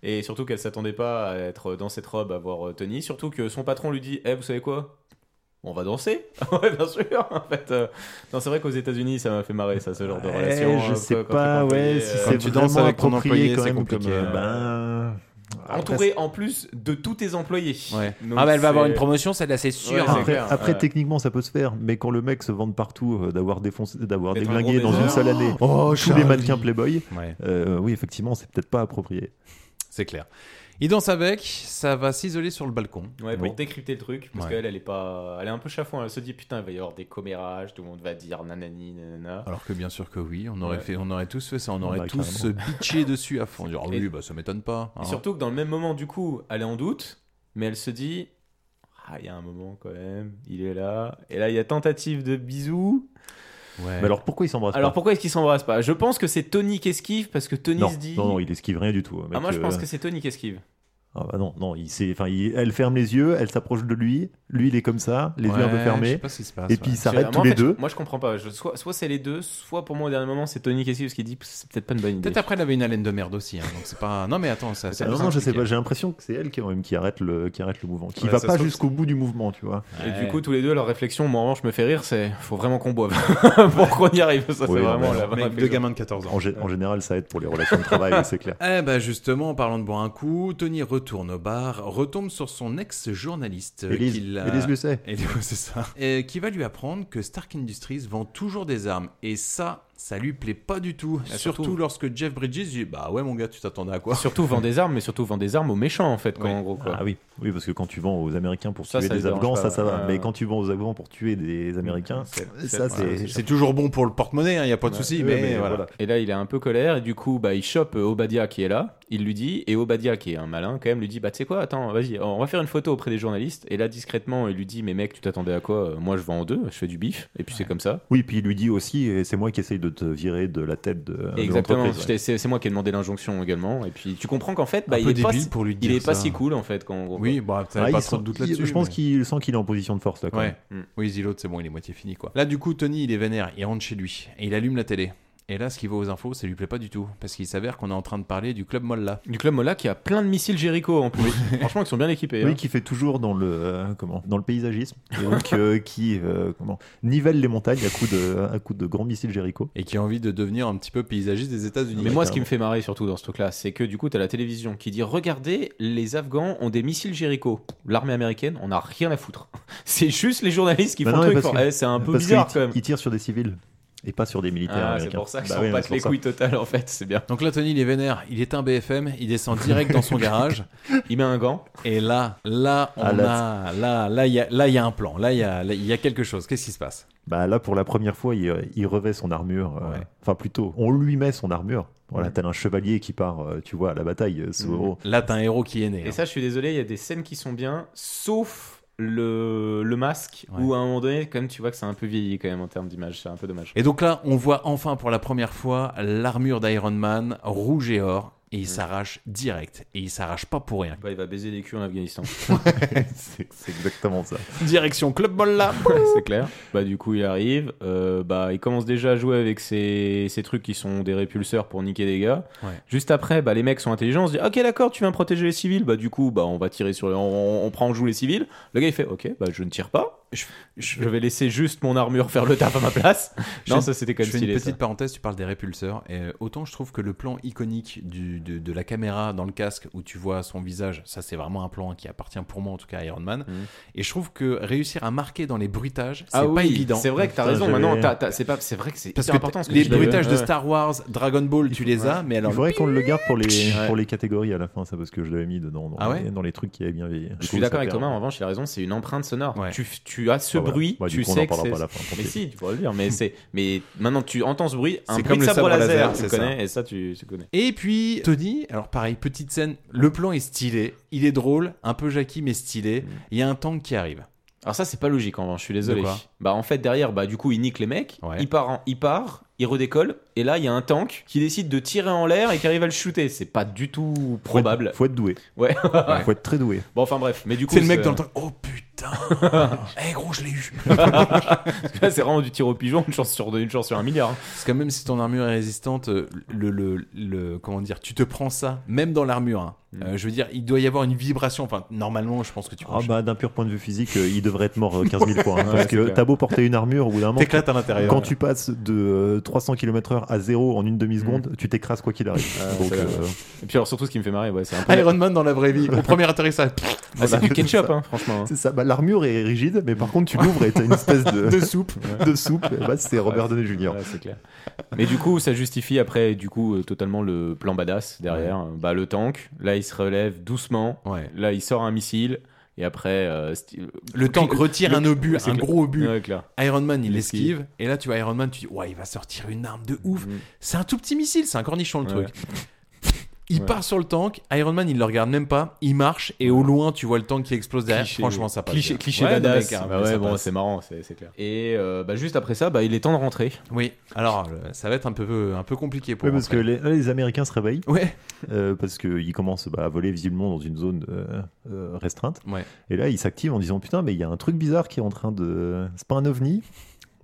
Et surtout qu'elle s'attendait pas à être dans cette robe, à voir euh, Tony. Surtout que son patron lui dit Eh, vous savez quoi On va danser. ouais, bien sûr, en fait. euh. Non, c'est vrai qu'aux États-Unis, ça m'a fait marrer, ça, ce genre de Eh, relation. je euh, sais quand tu pas, comprends, ouais, euh, si quand c'est tu vraiment danses avec ton approprié employé, quand c'est même compliqué, comme, euh, euh, ben, après, Entouré en plus de tous tes employés. Ouais. Donc, Ah bah elle va avoir c'est- une promotion, celle-là c'est sûr. Ouais, Ah, c'est hein. Après, clair, après, ouais. techniquement, ça peut se faire, mais quand le mec se vante partout euh, d'avoir défoncé, d'avoir D'être un déglingué gros dans une baiser. Oh, seule année tous les mannequins Playboy, Ouais, euh, oui, effectivement, c'est peut-être pas approprié. c'est clair. Il danse avec, ça va s'isoler sur le balcon. Ouais, pour Oui. décrypter le truc, parce Ouais. qu'elle, elle est pas, elle est un peu chafouin. Elle se dit putain, il va y avoir des commérages, tout le monde va dire nanani, nanana. Alors que bien sûr que oui, on aurait, Ouais. fait, on aurait tous fait ça, on On aurait aurait tous se carrément. bitché dessus à fond. Genre, Et- oui, bah ça m'étonne pas. hein. Et surtout que dans le même moment, du coup, elle est en doute, mais elle se dit Ah, il y a un moment quand même, il est là. Et là, il y a tentative de bisous. Mais alors pourquoi ils s'embrassent Alors pas pourquoi est-ce qu'ils s'embrassent pas Je pense que c'est Tony qui esquive parce que Tony non, se dit. non, non, il esquive rien du tout. ah, moi je pense que c'est c'est Tony qui esquive. Ah bah non, non, il s'est- enfin, il- elle ferme les yeux, elle s'approche de lui, lui il est comme ça, les Ouais, yeux un peu fermés, je sais pas ce qui se passe, et puis ouais. ils bah, Moi, s'arrêtent en tous les fait, je- deux. Moi je comprends pas. Je- soit soit c'est les deux, soit pour moi au dernier moment c'est Tony qui esquive parce qu'il dit c'est peut-être pas une bonne idée. Peut-être après, elle avait une haleine de merde aussi. hein, donc c'est pas. Non, mais attends, ça. ça- Ah non, non, je sais pas, j'ai l'impression que c'est elle qui, même, qui, arrête le, qui arrête le mouvement, qui Ouais, va ça pas se trouve, jusqu'au bout du mouvement, tu vois. Et du coup, tous les deux, leur réflexion, moi en revanche, me fait rire, c'est faut vraiment qu'on boive pour qu'on y arrive. Ça, c'est Oui, vraiment mais- la vraie réflexion. gamins de 14 ans. En, gé- en général, ça aide pour les relations de travail, c'est clair. Eh ben justement, en parlant de boire un coup, Tony retourne au bar, retombe sur son ex-journaliste. euh, Élise- qui l'a- Élise Lucet. Et- ouais, c'est ça. Et qui va lui apprendre que Stark Industries vend toujours des armes. Et ça, ça lui plaît pas du tout. Et surtout, surtout- lorsque Jeff Bridges dit Bah ouais, mon gars, tu t'attendais à quoi Surtout vend des armes, mais surtout vend des armes aux méchants en fait, quoi, Ouais. en gros. Quoi. Ah oui, oui, parce que quand tu vends aux Américains pour Ça, tuer ça les des dérange Afghans, pas. Mm. ça, ça va. Euh, Mais quand tu vends aux Afghans pour tuer des Américains, ça, c'est. C'est toujours bon pour le porte-monnaie, il n'y a pas de souci, mais, voilà. Et là, il est un peu colère, et du coup, bah, il chope euh, Obadia qui est là, il lui dit, et Obadia qui est un malin, quand même, lui dit Bah, tu sais quoi, attends, vas-y, on va faire une photo auprès des journalistes. Et là, discrètement, il lui dit Mais mec, tu t'attendais à quoi euh, Moi, je vends en deux, je fais du bif, et puis c'est comme ça. Oui, puis il lui dit aussi, et c'est moi qui essaye de te virer de la tête de. de Exactement, l'entreprise. j'étais- c'est c'est moi qui ai demandé l'injonction également, et puis tu comprends qu'en fait, Un bah, il peu est, pas, débile si- pour lui il dire est pas ça. si cool en fait. Quand, Oui, bah, t'avais Ah, pas il trop de sent- doute il- là-dessus. Je pense mais- qu'il sent qu'il est en position de force là. Quand Ouais. même. Oui, Zilot, c'est bon, il est moitié fini, quoi. Là, du coup, Tony, il est vénère, il rentre chez lui et il allume la télé. Et là, ce qu'il voit aux infos, ça lui plaît pas du tout, parce qu'il s'avère qu'on est en train de parler du club Molla. Du club Molla qui a plein de missiles Jericho en plus. Franchement, ils sont bien équipés. hein. Oui, qui fait toujours dans le euh, comment dans le paysagisme, et donc euh, qui euh, comment nivelle les montagnes à coups de à coups de grands missiles Jericho. Et qui a envie de devenir un petit peu paysagiste des États-Unis. Mais moi, ce qui carrément. me fait marrer surtout dans ce truc-là, c'est que du coup, t'as la télévision qui dit Regardez, les Afghans ont des missiles Jericho. L'armée américaine, on n'a rien à foutre. C'est juste les journalistes qui Bah font non, le mais truc. parce font, que- Eh, c'est un peu parce bizarre qu'il- quand même. Il tire sur des civils et pas sur des militaires Ah, c'est américains. pour ça qu'ils Bah sont oui, pas mais que c'est les pour couilles totales en fait, c'est bien. Donc là, Tony, il est vénère, il éteint BFM, il descend direct dans son garage. Il met un gant. Et là, là, on Ah, a, là, là, il y a, là, il y a un plan. Là, il y a, là, il y a quelque chose. Qu'est-ce qui se passe ça. Bah là, pour la première fois, il, il revêt son armure. euh, Ouais. Enfin, plutôt, on lui met son armure. Voilà, tel un chevalier qui part, euh, tu vois, à la bataille. euh, Soro. Là, t'as un héros qui est né. Et hein. ça, je suis désolé, il y a des scènes qui sont bien, sauf le, le masque, Ouais. où à un moment donné, quand même, tu vois que c'est un peu vieilli quand même en termes d'image. C'est un peu dommage. Et donc là, on voit enfin pour la première fois l'armure d'Iron Man, rouge et or, et il s'arrache direct. Et il s'arrache pas pour rien. Bah, il va baiser des culs en Afghanistan. c'est c'est exactement ça. Direction Club Molla Ouais, c'est clair. Bah du coup il arrive, euh, bah il commence déjà à jouer avec ses, ses trucs qui sont des répulseurs pour niquer des gars. Ouais. Juste après, bah les mecs sont intelligents, on se dit ok d'accord tu viens protéger les civils, bah du coup bah on va tirer sur les, on, on prend en joue les civils. Le gars il fait ok bah je ne tire pas, je, je vais laisser juste mon armure faire le taf à ma place. Je non fais- ça c'était quand je même fais une stylé. petite ça. parenthèse, tu parles des répulseurs. Et euh, autant je trouve que le plan iconique du- de, de la caméra dans le casque où tu vois son visage, ça c'est vraiment un plan qui appartient pour moi en tout cas à Iron Man. Mhm. Et je trouve que réussir à marquer dans les bruitages, c'est Ah pas oui, évident. C'est vrai que t'as Putain, raison. j'avais- Maintenant, t'as- t'as- c'est pas, c'est vrai que c'est Parce hyper que important. ce que les tu dis. bruitages de Ouais. Star Wars, Dragon Ball, tu les as, mais alors Il faudrait qu'on le garde pour les, Ouais. pour les catégories à la fin, ça, parce que je l'avais mis dedans, dans, Ah ouais les, dans les trucs qui avaient bien vieilli. Je suis d'accord avec Thomas, en hein. revanche, il a raison, c'est une empreinte sonore. Ouais. Tu, tu as ce Ah, voilà. bruit, Bah, du tu coup, on en sais que parlera c'est. pas à la fin, tant mais pis. si, tu pourras le dire, mais, c'est... mais maintenant que tu entends ce bruit, un C'est bruit comme de le sabre sabre, laser, laser, tu c'est connais, et ça, tu, tu connais. Et puis Tony, alors pareil, petite scène, le plan est stylé, il est drôle, un peu Jackie mais stylé, Mhm. il y a un tank qui arrive. Alors ça, c'est pas logique en revanche, je suis désolé. De quoi bah en fait, derrière, bah du coup, il nique les mecs, Ouais. il, part en- il part, il redécolle, et là, il y a un tank qui décide de tirer en l'air et qui arrive à le shooter. C'est pas du tout Faut être- probable. Faut être doué. Ouais. Faut être très doué. bon, enfin bref, mais du coup. C'est le mec dans le tank, oh putain, Eh gros je l'ai eu. Là, c'est vraiment du tir au pigeon, une chance sur deux, une chance sur un milliard. Parce que même si ton armure est résistante, euh, le, le, le- comment dire, tu te prends ça, même dans l'armure. hein. Euh, je veux dire, il doit y avoir une vibration. Enfin, normalement, je pense que tu Ah penches. bah d'un pur point de vue physique, euh, il devrait être mort euh, 15 000 points. hein, parce c'est que clair. t'as beau porter une armure, au bout d'un moment, T'éclates à l'intérieur. quand tu passes de euh, 300 km/h à 0 en une demi-seconde, tu t'écrases quoi qu'il arrive. Donc, ça va. euh, Et puis alors, surtout, ce qui me fait marrer, ouais, c'est un peu. Iron Man dans la vraie vie. Au premier atterrissage, Ah, c'est voilà. du ketchup, hein, franchement. hein. c'est ça. Bah, l'armure est rigide, mais par contre, tu l'ouvres et t'as une espèce de, de soupe. de soupe. Et Bah, c'est Robert Downey Jr. Ouais, c'est clair. Mais du coup, ça justifie après, du coup, euh, totalement le plan badass derrière. Bah, le tank. Là, il se relève doucement. Là, il sort un missile. Et après, euh, sti- Le tank retire le- un obus, un c'est clair. gros obus. Ouais, clair. Iron Man, il Il l'esquive. Et là, tu vois Iron Man, tu dis, ouais, il va sortir une arme de ouf. C'est un tout petit missile, c'est un cornichon le Ouais. truc. Il Ouais. part sur le tank, Iron Man il le regarde même pas, il marche et au loin tu vois le tank qui explose derrière. Franchement, ça passe. Cliché, bien. cliché Ouais, non, badass. hein, mais carrément, Bah ouais, ça bon, passe. c'est marrant, c'est c'est clair. Et euh, bah, juste après ça, bah, il est temps de rentrer. Oui, alors euh, ça va être un peu, un peu compliqué pour Oui, parce que rentrer. les, les Américains se réveillent. Ouais. Euh, parce qu'ils commencent bah, à voler visiblement dans une zone euh, euh, restreinte. Ouais. Et là, ils s'activent en disant Putain, mais il y a un truc bizarre qui est en train de. C'est pas un ovni,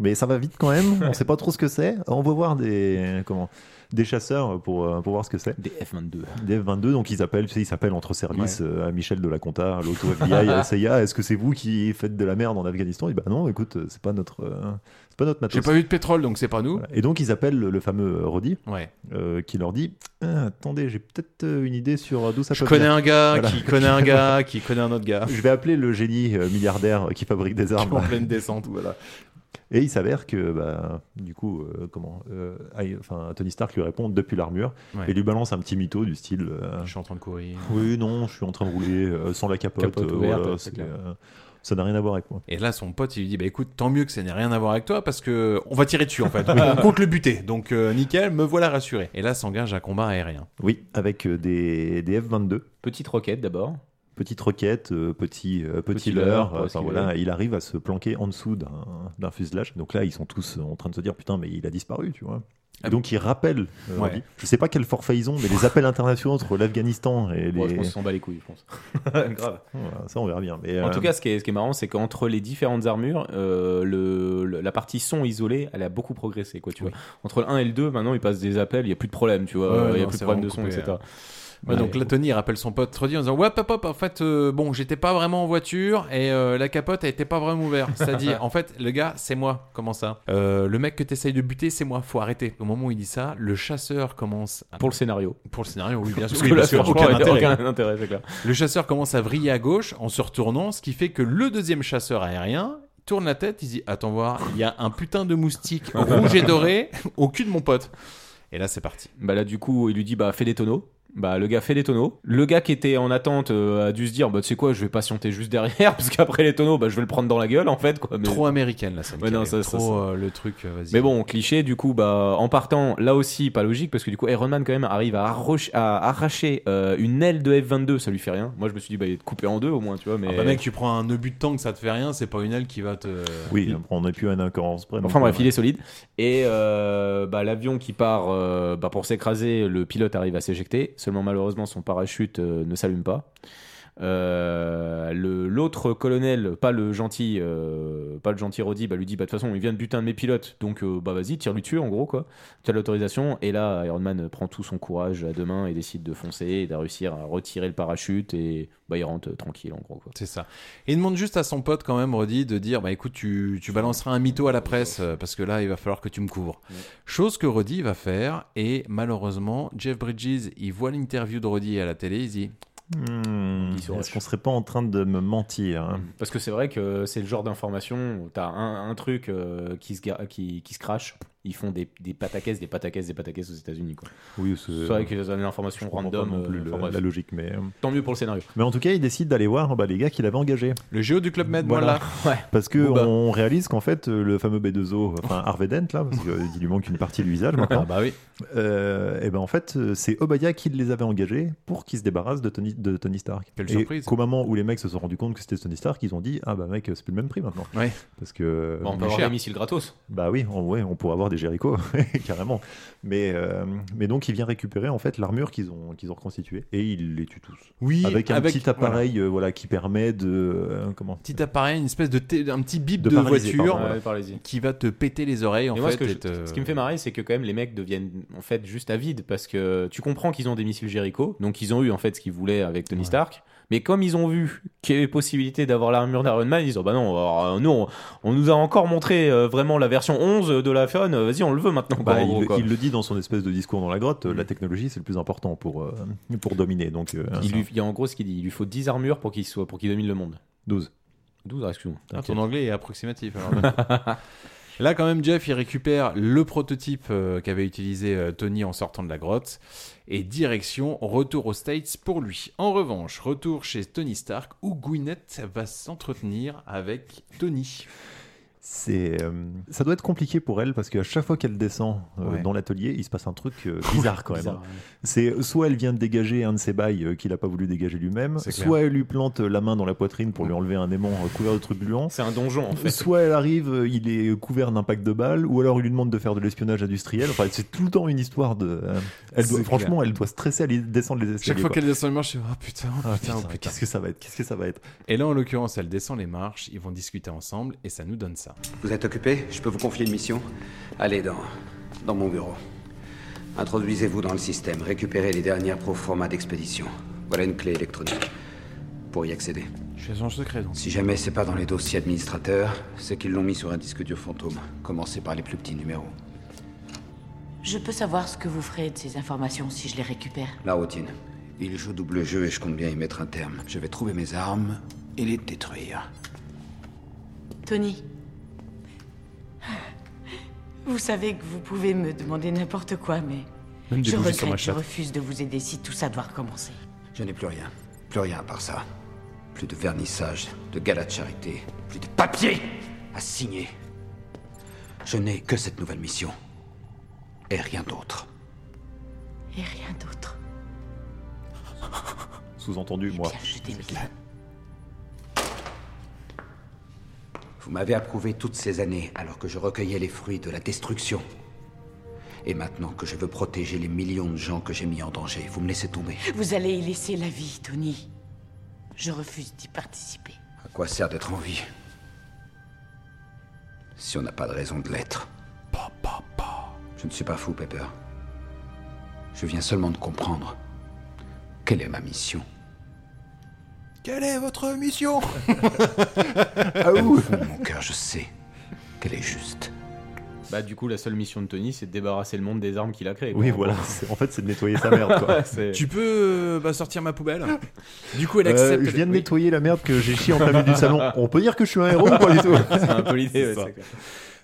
mais ça va vite quand même. On sait pas trop ce que c'est. On va voir des. Comment des chasseurs pour, euh, pour voir ce que c'est. Des F-22. Des F-22, donc ils appellent, tu sais, ils s'appellent entre services Ouais. euh, à Michel de la Conta, à l'auto FBI, à la CIA. Est-ce que c'est vous qui faites de la merde en Afghanistan Et bah non, écoute, c'est pas notre, euh, c'est pas notre matos. J'ai pas eu de pétrole donc c'est pas nous. Voilà. Et donc ils appellent le fameux euh, Roddy, Ouais. euh, qui leur dit Ah, Attendez, j'ai peut-être euh, une idée sur euh, d'où ça Je peut connais venir. un gars Voilà. qui connaît un gars qui connaît un autre gars. Je vais appeler le génie euh, milliardaire qui fabrique des armes. en pleine descente. voilà. Et il s'avère que, bah, du coup, euh, comment, euh, I- enfin, Tony Stark lui répond depuis l'armure Ouais. et lui balance un petit mytho du style. euh, Je suis en train de courir. oui, non, je suis en train de rouler euh, sans la capote. Capote euh, ouverte, voilà, c'est c'est, clair. euh, ça n'a rien à voir avec moi. Et là, son pote, il lui dit Bah écoute, tant mieux que ça n'ait rien à voir avec toi parce que on va tirer dessus en fait. on compte le buter. Donc euh, nickel, me voilà rassuré. Et là, s'engage un combat aérien. Oui, avec euh, des, des F-22. Petite roquette d'abord. Petite roquette, euh, petit, euh, petit, Petit leurre. leurre, pour euh, enfin, esquiver. voilà, il arrive à se planquer en dessous d'un d'un fuselage. Donc là, ils sont tous euh, en train de se dire Putain, mais il a disparu, tu vois. Et donc, ils rappellent. euh, Ah Ouais. Andy. Je sais pas quel forfait ils ont, mais les appels internationaux entre l'Afghanistan et les. Bon, je pense qu'ils s'en bat les couilles, je pense. Grave. Voilà, ça, on verra bien. Mais, En euh, tout cas, ce qui est, ce qui est marrant, c'est qu'entre les différentes armures, euh, le, le- la partie son isolée, elle a beaucoup progressé. Quoi, tu vois. Entre le 1 et le 2, maintenant, ils passent des appels, il n'y a plus de problème, tu vois. Ouais, euh, il n'y a non, plus de c'est problème de son, vraiment coupé, hein. etc. Ouais, donc là, Tony il rappelle son pote Roddy en disant Ouais, pop, pop, en fait, euh, bon, j'étais pas vraiment en voiture et euh, la capote, elle était pas vraiment ouverte. C'est-à-dire, en fait, le gars, c'est moi. Comment ça Euh, Le mec que t'essayes de buter, c'est moi. Faut arrêter. Au moment où il dit ça, le chasseur commence. à- Pour le scénario. Pour le scénario, oui, bien sûr. Parce Oui, que là, parce que franchement, aucun il y a intérêt. aucun intérêt, c'est clair. Le chasseur commence à vriller à gauche en se retournant, ce qui fait que le deuxième chasseur aérien tourne la tête, il dit Attends voir, il y a un putain de moustique rouge et doré au cul de mon pote. Et là, c'est parti. Bah là, du coup, il lui dit bah fais des tonneaux. Bah le gars fait des tonneaux. Le gars qui était en attente euh, a dû se dire bah tu sais quoi, je vais patienter juste derrière parce qu'après les tonneaux, bah je vais le prendre dans la gueule en fait quoi. Mais- Trop américaine la scène. Ouais, qui non, arrive. ça, ça, Trop ça. euh, le truc, euh, vas-y. Mais bon, cliché, du coup, bah, en partant, là aussi, pas logique, parce que du coup, Iron Man, quand même, arrive à, arroche- à arracher euh, une aile de F-22, ça lui fait rien. Moi, je me suis dit, bah, il est coupé en deux, au moins, tu vois, mais... Ah bah, mec, tu prends un obus de tank, ça te fait rien, c'est pas une aile qui va te. Oui, on n'est plus à une incohérence près. donc, Enfin bref, euh, il est solide. Et euh, bah, l'avion qui part euh, bah, pour s'écraser, le pilote arrive à s'éjecter. Seulement malheureusement, son parachute euh, ne s'allume pas. Euh, le- L'autre colonel, pas le gentil, euh, pas le gentil Roddy, bah, lui dit bah, de toute façon il vient de buter un de mes pilotes, donc euh, bah vas-y tire lui dessus en gros quoi. Tu as l'autorisation et là Iron Man prend tout son courage à deux mains et décide de foncer et de réussir à retirer le parachute et bah il rentre euh, tranquille en gros quoi. C'est ça. Et il demande juste à son pote quand même, Roddy, de dire, bah écoute, tu, tu balanceras un mytho à la presse, euh, parce que là, il va falloir que tu me couvres. Chose que Roddy va faire, et malheureusement, Jeff Bridges, il voit l'interview de Roddy à la télé, il dit, hmm, Il Hmm. se rush. Est-ce qu'on serait pas en train de me mentir hein Mm. Parce que c'est vrai que c'est le genre d'information où t'as un, un truc euh, qui, se, ga- qui, qui se crache. Ils font des, des pataquès, des pataquès, des pataquès aux États-Unis. quoi. Oui, C'est vrai que c'est une information je comprends pas random. non euh, plus le- enfin, bref. la logique, mais. euh, Tant mieux pour le scénario. Mais en tout cas, il décide d'aller voir bah, les gars qu'il avait engagés. le géo du Club Med, Voilà. voilà. Parce que bah. Booba. on réalise qu'en fait, euh, le fameux B2O, enfin Harvey Dent, là, parce qu'il lui manque une partie de visage maintenant. Ah bah oui. Euh, et ben en fait, euh, c'est Obaya qui les avait engagés pour qu'ils se débarrassent de Tony, de Tony Stark. Quelle et surprise. Qu'au moment où les mecs se sont rendus compte que c'était Tony Stark, ils ont dit Ah bah mec, c'est plus le même prix maintenant. Ouais. Parce que. euh, Bon, on peut avoir des missiles gratos. Bah oui, on, ouais, on pourrait avoir des Jericho, carrément. Mais, euh, mais donc, il vient récupérer en fait l'armure qu'ils ont, qu'ils ont reconstituée et il les tue tous. Oui, avec un avec- petit appareil euh, voilà, qui permet de. euh, comment Petit appareil, une espèce de, té- un petit bip De de, paralyser, voiture euh, pardon, ouais, paralysie. qui va te péter les oreilles, en Et fait. moi, ce, que et je- te- ce qui me fait euh, marrer, c'est que quand même les mecs deviennent en fait juste avides parce que tu comprends qu'ils ont des missiles Jericho, donc ils ont eu en fait ce qu'ils voulaient avec Tony Stark. Mais comme ils ont vu qu'il y avait possibilité d'avoir l'armure d'Iron Man, ils disent Oh bah non, alors, euh, nous on, on nous a encore montré euh, vraiment la version 11 de la Fun, euh, vas-y on le veut maintenant. quoi, Bah, en il, gros, quoi. il le dit dans son espèce de discours dans la grotte, euh, la technologie c'est le plus important pour, euh, pour dominer. Donc, euh, Il, lui, il y a en gros ce qu'il dit, il lui faut 10 armures pour qu'il soit pour qu'il domine le monde. 12. 12, ah, excuse-moi. Ah, ton anglais est approximatif. Alors, Là, quand même, Jeff, il récupère le prototype euh, qu'avait utilisé euh, Tony en sortant de la grotte. Et direction, retour aux States pour lui. En revanche, retour chez Tony Stark, où Gwyneth va s'entretenir avec Tony. C'est, euh, ça doit être compliqué pour elle parce qu'à chaque fois qu'elle descend euh, Ouais. dans l'atelier, il se passe un truc euh, bizarre quand même. Bizarre, hein. ouais. C'est soit elle vient de dégager un de ses bails euh, qu'il n'a pas voulu dégager lui-même, C'est clair. soit elle lui plante la main dans la poitrine pour lui enlever un aimant euh, couvert de trublulents. C'est un donjon en fait. Soit elle arrive, euh, il est couvert d'un pack de balles, ou alors il lui demande de faire de l'espionnage industriel. Enfin, c'est tout le temps une histoire de. euh, elle doit- C'est franchement, clair. elle doit stresser à l'idée de descendre les escaliers. Chaque fois quoi. qu'elle descend les marches, je dis, Ah, putain, oh, Ah, putain, putain, oh, putain. qu'est-ce que ça va être Qu'est-ce que ça va être Et là, en l'occurrence, elle descend les marches, ils vont discuter ensemble, et ça nous donne ça. Vous êtes occupé Je peux vous confier une mission Allez dans, dans mon bureau. Introduisez-vous dans le système, récupérez les dernières pro forma d'expédition. Voilà une clé électronique pour y accéder. Je suis agent secret, donc. Si jamais c'est pas dans les dossiers administrateurs, c'est qu'ils l'ont mis sur un disque dur fantôme. Commencez par les plus petits numéros. Je peux savoir ce que vous ferez de ces informations si je les récupère. La routine. Il joue double jeu et je compte bien y mettre un terme. Je vais trouver mes armes et les détruire. Tony, vous savez que vous pouvez me demander n'importe quoi, mais Même des je bougies sur ma regrette, je chatte. refuse de vous aider si tout ça doit recommencer. Je n'ai plus rien. Plus rien à part ça. Plus de vernissage, de gala de charité, plus de papier à signer. Je n'ai que cette nouvelle mission. Et rien d'autre. Et rien d'autre. Sous-entendu, Oh, moi. Vous m'avez approuvé toutes ces années alors que je recueillais les fruits de la destruction. Et maintenant que je veux protéger les millions de gens que j'ai mis en danger, vous me laissez tomber. Vous allez y laisser la vie, Tony. Je refuse d'y participer. À quoi sert d'être en vie Si on n'a pas de raison de l'être. Je ne suis pas fou, Pepper. Je viens seulement de comprendre. Quelle est ma mission Quelle est votre mission Ah où Mon cœur, je sais qu'elle est juste. Bah du coup la seule mission de Tony c'est de débarrasser le monde des armes qu'il a créées. Oui, voilà. C'est- En fait, c'est de nettoyer sa merde. Quoi. Tu peux euh, bah, sortir ma poubelle Du coup, elle accepte. Euh, je viens de nettoyer la merde que j'ai chié en plein milieu du salon. On peut dire que je suis un héros ou pas du tout C'est un peu l'idée, ouais, c'est clair.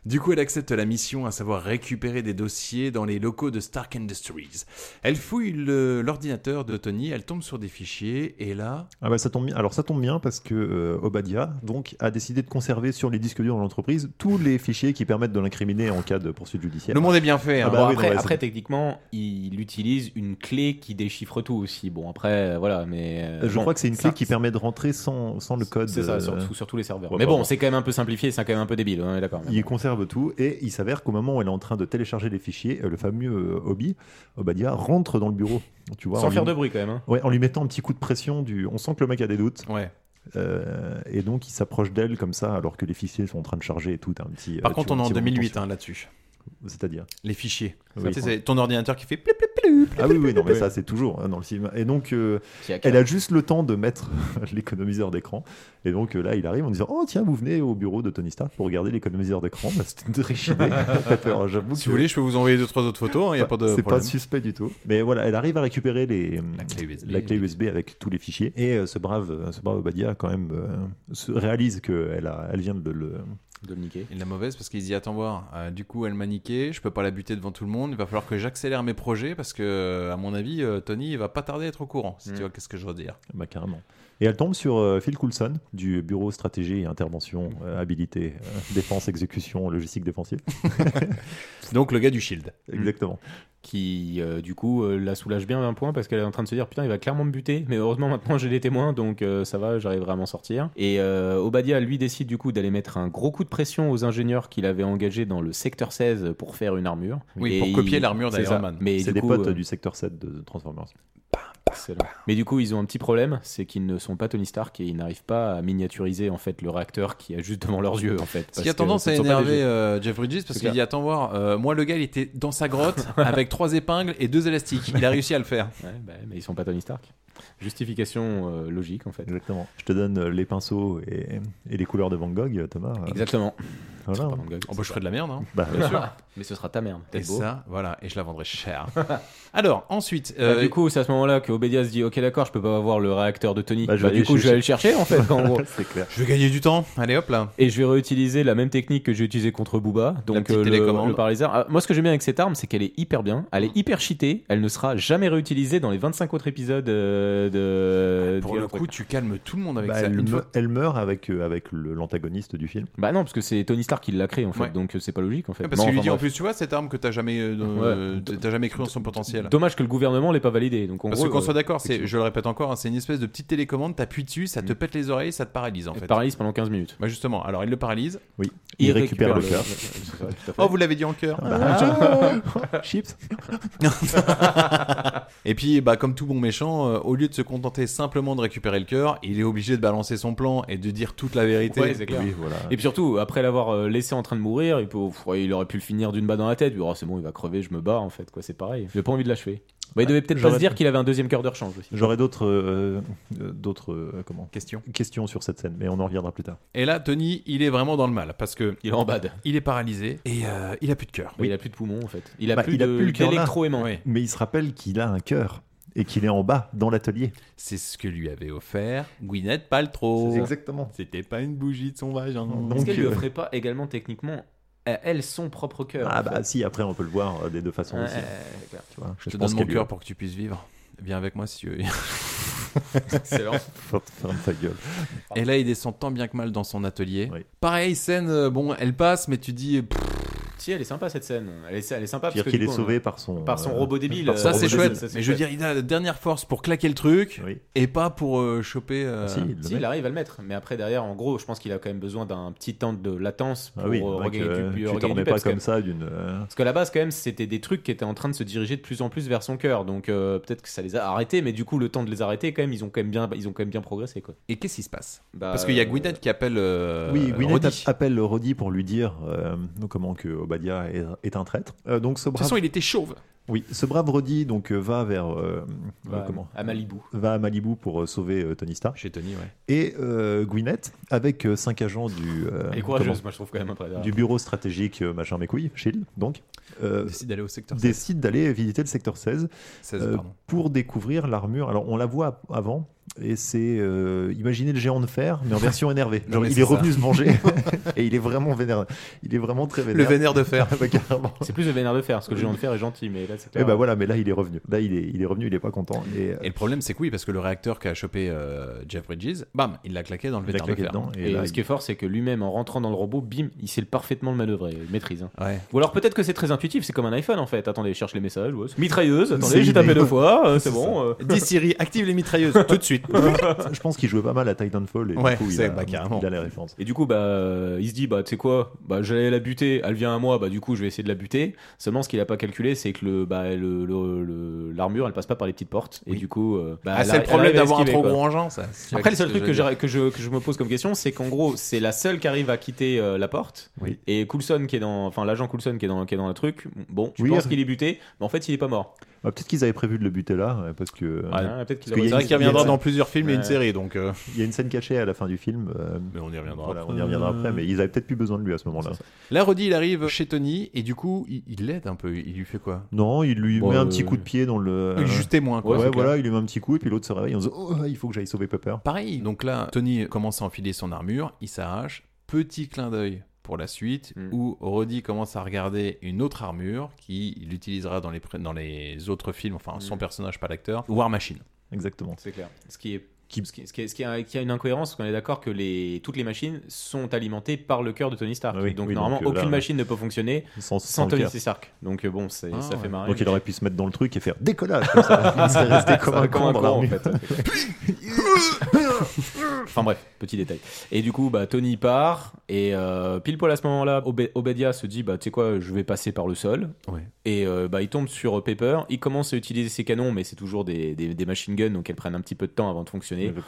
Du coup, elle accepte la mission, à savoir récupérer des dossiers dans les locaux de Stark Industries. Elle fouille le- l'ordinateur de Tony, elle tombe sur des fichiers, et là, Ah bah ça tombe bien. Alors ça tombe bien parce que euh, Obadiah donc a décidé de conserver sur les disques durs de l'entreprise tous les fichiers qui permettent de l'incriminer en cas de poursuite judiciaire. Le monde est bien fait, hein. Ah Bon, bah oui, après, non, mais après, c'est- techniquement, il utilise une clé qui déchiffre tout aussi. Bon, après, euh, voilà, mais. euh, je bon, crois que c'est une ça- clé qui permet de rentrer sans, sans le code. C'est ça, euh, sur, tout- sur tous les serveurs. ouais, mais pardon. bon, c'est quand même un peu simplifié, c'est quand même un peu débile, on est d'accord. mais Il conserve tout et il s'avère qu'au moment où elle est en train de télécharger les fichiers, euh, le fameux euh, Obi, Obadia rentre dans le bureau. Tu vois, Sans en lui- faire de bruit, quand même, hein. Ouais, en lui mettant un petit coup de pression. Du... On sent que le mec a des doutes. Euh, Ouais. et donc il s'approche d'elle comme ça alors que les fichiers sont en train de charger et tout. T'as Un petit, Par euh, contre, tu vois, on est un en petit moment de 2008 tension. hein, là-dessus. C'est-à-dire Les fichiers. Oui. Tu sais, c'est ton ordinateur qui fait plip, plip, Ah oui, oui, non, mais Ouais. ça, c'est toujours hein, dans le film. Et donc, euh, Qui a- elle a juste le temps de mettre l'économiseur d'écran. Et donc, euh, là, il arrive en disant Oh, tiens, vous venez au bureau de Tony Stark pour regarder l'économiseur d'écran. Bah, c'est une riche idée. T'as peur, hein, j'avoue Si que- vous voulez, je peux vous envoyer deux trois autres photos. Il y a Ouais, pas de Bah, C'est pas problème. suspect du tout. Mais voilà, elle arrive à récupérer les, la, clé USB, clé USB avec tous les fichiers. Et euh, ce brave, euh, ce brave Obadia, quand même, euh, se réalise qu'elle a- elle vient de le. De le niquer. Il la mauvaise parce qu'il dit attends voir. Euh, du coup, elle m'a niqué. Je peux pas la buter devant tout le monde. Il va falloir que j'accélère mes projets parce que, à mon avis, euh, Tony il va pas tarder à être au courant. Si Mm. tu vois qu'est-ce que je veux dire. Bah, carrément. Et elle tombe sur euh, Phil Coulson du bureau stratégie et intervention euh, habilité euh, défense exécution logistique défensive. Donc le gars du Shield. Exactement. Qui, euh, du coup, euh, la soulage bien d'un point parce qu'elle est en train de se dire Putain, il va clairement me buter, mais heureusement, maintenant j'ai des témoins, donc euh, ça va, j'arriverai à m'en sortir. Et euh, Obadia, lui, décide du coup d'aller mettre un gros coup de pression aux ingénieurs qu'il avait engagés dans le secteur 16 pour faire une armure. Oui, Et pour copier il- l'armure c'est d'Iron ça. Man. Mais C'est du des coup, potes euh, du secteur 7 de Transformers. Excellent. Mais du coup, ils ont un petit problème, c'est qu'ils ne sont pas Tony Stark et ils n'arrivent pas à miniaturiser en fait le réacteur qui est juste devant leurs yeux en fait. Ce parce qui a que tendance ce à ne sont pas des énerver jeux. euh, Jeff Bridges parce C'est qu'il clair. dit attends voir. euh, moi, le gars, il était dans sa grotte avec trois épingles et deux élastiques. Il a réussi à le faire. Ouais, bah, mais ils sont pas Tony Stark. Justification euh, logique en fait. Exactement. Je te donne euh, les pinceaux et, et les couleurs de Van Gogh, Thomas. Euh, Exactement. Voilà. pardon, gag, Oh, c'est bah, je ferai de la merde, hein. Bah, bien sûr. Mais ce sera ta merde. Et t'es beau. ça, voilà, et je la vendrai cher. Alors, ensuite. Bah, euh, du coup, c'est à ce moment-là que Obédia se dit Ok, d'accord, je peux pas avoir le réacteur de Tony. Bah, Bah, je vais du aller coup, je vais aller le chercher. chercher en fait. en gros. C'est clair. Je vais gagner du temps. Allez hop là. Et je vais réutiliser la même technique que j'ai utilisée contre Booba, La donc petite euh, le, télécommande. Mm. le paralyseur. Ah, moi, ce que j'aime bien avec cette arme, c'est qu'elle est hyper bien, elle est hyper cheatée, elle ne sera jamais réutilisée dans les 25 autres épisodes euh, de. Ah, Pour de- le coup, tu calmes tout le monde avec Bah, ça. elle, Une me- fois- elle meurt avec, euh, avec le- l'antagoniste du film. Bah non, parce que c'est Tony Stark qui l'a créé en fait, Ouais. donc euh, c'est pas logique en fait. Ouais, parce Bon, qu'il lui enfin, dit en bref. plus, tu vois, cette arme que t'as jamais, euh, euh, Ouais. t'as- t'as jamais cru en son potentiel. Dommage que le gouvernement l'ait pas validé. Donc en Parce gros, que qu'on euh, soit d'accord, c'est, effectivement. je le répète encore, hein, c'est une espèce de petite télécommande, t'appuies dessus, ça te pète les oreilles, ça te paralyse en Elle fait. paralyse pendant 15 minutes. Bah justement, alors il le paralyse. Oui, il, récupère, le cœur. Oh, vous l'avez dit en cœur. Ah, Chips. Et puis, bah, comme tout bon méchant, euh, au lieu de se contenter simplement de récupérer le cœur, il est obligé de balancer son plan et de dire toute la vérité. Ouais, c'est clair. Oui, voilà. Et puis surtout, après l'avoir euh, laissé en train de mourir, il, peut- pff, ouais, il aurait pu le finir d'une balle dans la tête. Il aurait dit, Oh, c'est bon, il va crever, je me bats en fait. quoi C'est pareil. J'ai pas envie de l'achever. Bah, il devait peut-être pas J'aurais- se dire qu'il avait un deuxième cœur de rechange aussi. J'aurais d'autres euh, euh, d'autres euh, comment Question. questions sur cette scène, mais on en reviendra plus tard. Et là, Tony, il est vraiment dans le mal parce que Il est en bad. il est paralysé et euh, il a plus de cœur. Bah, Il a plus de poumons en fait. Il a Bah, plus il a de- plus le cœur là. d'électro-aimant. Oui. Mais il se rappelle qu'il a un cœur et qu'il est en bas dans l'atelier. C'est ce que lui avait offert Gwyneth Paltrow. Exactement. C'était pas une bougie de hein. son vagin. Donc, Est-ce qu'elle lui euh, offrait pas également techniquement à elle son propre cœur ah en fait bah si, après on peut le voir euh, des deux façons Ouais, aussi. ouais, clair. Tu vois, Je te donne mon qu'elle lui- cœur pour que tu puisses vivre. Viens avec moi si tu veux. Excellent. Ferme ta gueule. Et là, il descend tant bien que mal dans son atelier. Oui. Pareil, scène, euh, bon, elle passe, mais tu dis, pff, si, elle est sympa cette scène. Elle est, elle est sympa parce C'est-à-dire que qu'il du est coup, sauvé par son par son euh, robot débile, par ça son Oh, c'est robot bah, chouette. ça, c'est mais je veux chouette. dire, il a la dernière force pour claquer le truc débile. Oui. et pas pour euh, choper. euh, Ah, Si, il le Si, met. il arrive à le mettre, mais après derrière, en gros, je pense qu'il a quand même besoin d'un petit temps de latence pour Ah oui, euh, bah, regagner que, du, tu t'en regagner du remets peps, pas quand même. comme ça d'une. euh, Parce qu'à la base, quand même, c'était des trucs qui étaient en train de se diriger de plus en plus vers son cœur, donc euh, peut-être que ça les a arrêtés, mais du coup, le temps de les arrêter, quand même, ils ont quand même bien, ils ont quand même bien progressé, quoi. Et qu'est-ce qui se passe Bah, Parce qu'il y a euh, Gwyneth qui appelle. euh, oui, Gwyneth Roddy. a- appelle Roddy pour lui dire euh, comment que Obadiah est, est un traître. Euh, donc ce De toute brave, façon, il était chauve. oui, ce brave Roddy donc euh, va vers euh, bah, euh, comment À Malibu. va à Malibu pour euh, sauver euh, Tony Stark Chez Tony, ouais. et euh, Gwyneth avec euh, cinq agents du euh, Elle est comment courageuse, moi, je trouve quand même après. derrière. du bureau stratégique euh, machin mes couilles, Shield donc euh, Décide d'aller au secteur décide d'aller visiter le secteur 16 16, euh, pardon. pour découvrir l'armure. Alors on la voit avant et c'est euh, imaginez le géant de fer mais en version énervée. Non, Genre, mais il c'est est ça. revenu se manger et il est vraiment vénère. Il est vraiment très Le vénère. vénère de fer. Ouais, carrément. C'est plus le vénère de fer, parce que le géant de fer est gentil, mais là, c'est Et clair. bah voilà, mais là il est revenu. Là il est, il est revenu, il est pas content. Et, euh, Et le problème, c'est que oui, parce que le réacteur qu'a chopé euh, Jeff Bridges, bam, il l'a claqué dans le il a vénère de claqué fer. dedans. Et, Et là, ce qui est fort, c'est que lui-même, en rentrant dans le robot, bim, il sait le parfaitement le manœuvrer, il maîtrise. hein. Ouais. Ou alors peut-être que c'est très intuitif, c'est comme un iPhone en fait. Attendez, je cherche les messages. ouais, c'est- Mitrailleuse, C'est attendez, j'ai tapé l'idée. deux fois, euh, c'est C'est bon. euh. Dis Siri, active les mitrailleuses tout de suite. il- je pense qu'il jouait pas mal à Titanfall et Ouais, du coup il c'est- a, bah, carrément. il a les références. Et du coup, bah, euh, il se dit, bah, tu sais quoi, bah, j'allais la buter, elle vient à moi, bah, du coup, je vais essayer de la buter. Seulement, ce qu'il a pas calculé, c'est que le, bah, le, le- le- l'armure, elle passe pas par les petites portes. Et du coup, euh, bah, Ah, elle c'est arri- le elle problème arrive à d'avoir un esquiver, trop quoi. gros engin, ça. Après, le seul truc que, j'ai j'ai- que, je, que je me pose comme question, c'est qu'en gros, c'est la seule qui arrive à quitter euh, la porte. Oui. Et Coulson, qui est dans, enfin, l'agent Coulson qui est dans, qui est dans le truc, bon, tu Oui, euh. penses elle- qu'il est buté, mais en fait, il est pas mort. Bah, peut-être qu'ils avaient prévu de le buter là euh, parce que euh, Hein, peut-être qu'il Parce qu'il y aurait- a C'est vrai une- qu'il reviendra il y a- dans plusieurs films et une Ouais. série, donc. euh, il y a une scène cachée à la fin du film. euh, Mais on y reviendra. voilà, on y reviendra après, mais ils avaient peut-être plus besoin de lui à ce moment-là. Là, Roddy, il arrive chez Tony et du coup, il il l'aide un peu. Il lui fait quoi Non, il lui Bon, met un euh, petit coup de pied dans le. Il est juste témoin, quoi. Euh, Ouais, Ouais, c'est voilà, il lui met un petit coup et puis l'autre se réveille en se disant Oh, il faut que j'aille sauver Pepper. Pareil. Donc là, Tony commence à enfiler son armure, il s'arrache. Petit clin d'œil pour la suite Mm. où Roddy commence à regarder une autre armure qu'il utilisera dans les, pré- dans les autres films, enfin son Mm. personnage, pas l'acteur, War Machine. Exactement. C'est clair. Ce qui est Qui- ce qui, ce qui est- ce qui a, qui a une incohérence, parce qu'on est d'accord que les, toutes les machines sont alimentées par le cœur de Tony Stark. Ah oui, donc oui, normalement, donc, euh, aucune là, machine ne peut fonctionner Sans, sans sans le Tony cœur. Stark. Donc euh, bon, c'est- Ah, ça ouais. fait marrer. Ah, Donc mais- il aurait pu se mettre dans le truc et faire décollage comme ça. Il serait resté comme un con dans l'armure. enfin bref, petit détail. Et du coup, bah, Tony part, et euh, pile poil à ce moment-là, Obé- Obadiah se dit, bah, tu sais quoi, je vais passer par le sol. Ouais. Et euh, bah, il tombe sur euh, Pepper, il commence à utiliser ses canons, mais c'est toujours des, des, des machine guns, donc elles prennent un petit peu de temps avant de fonctionner. années.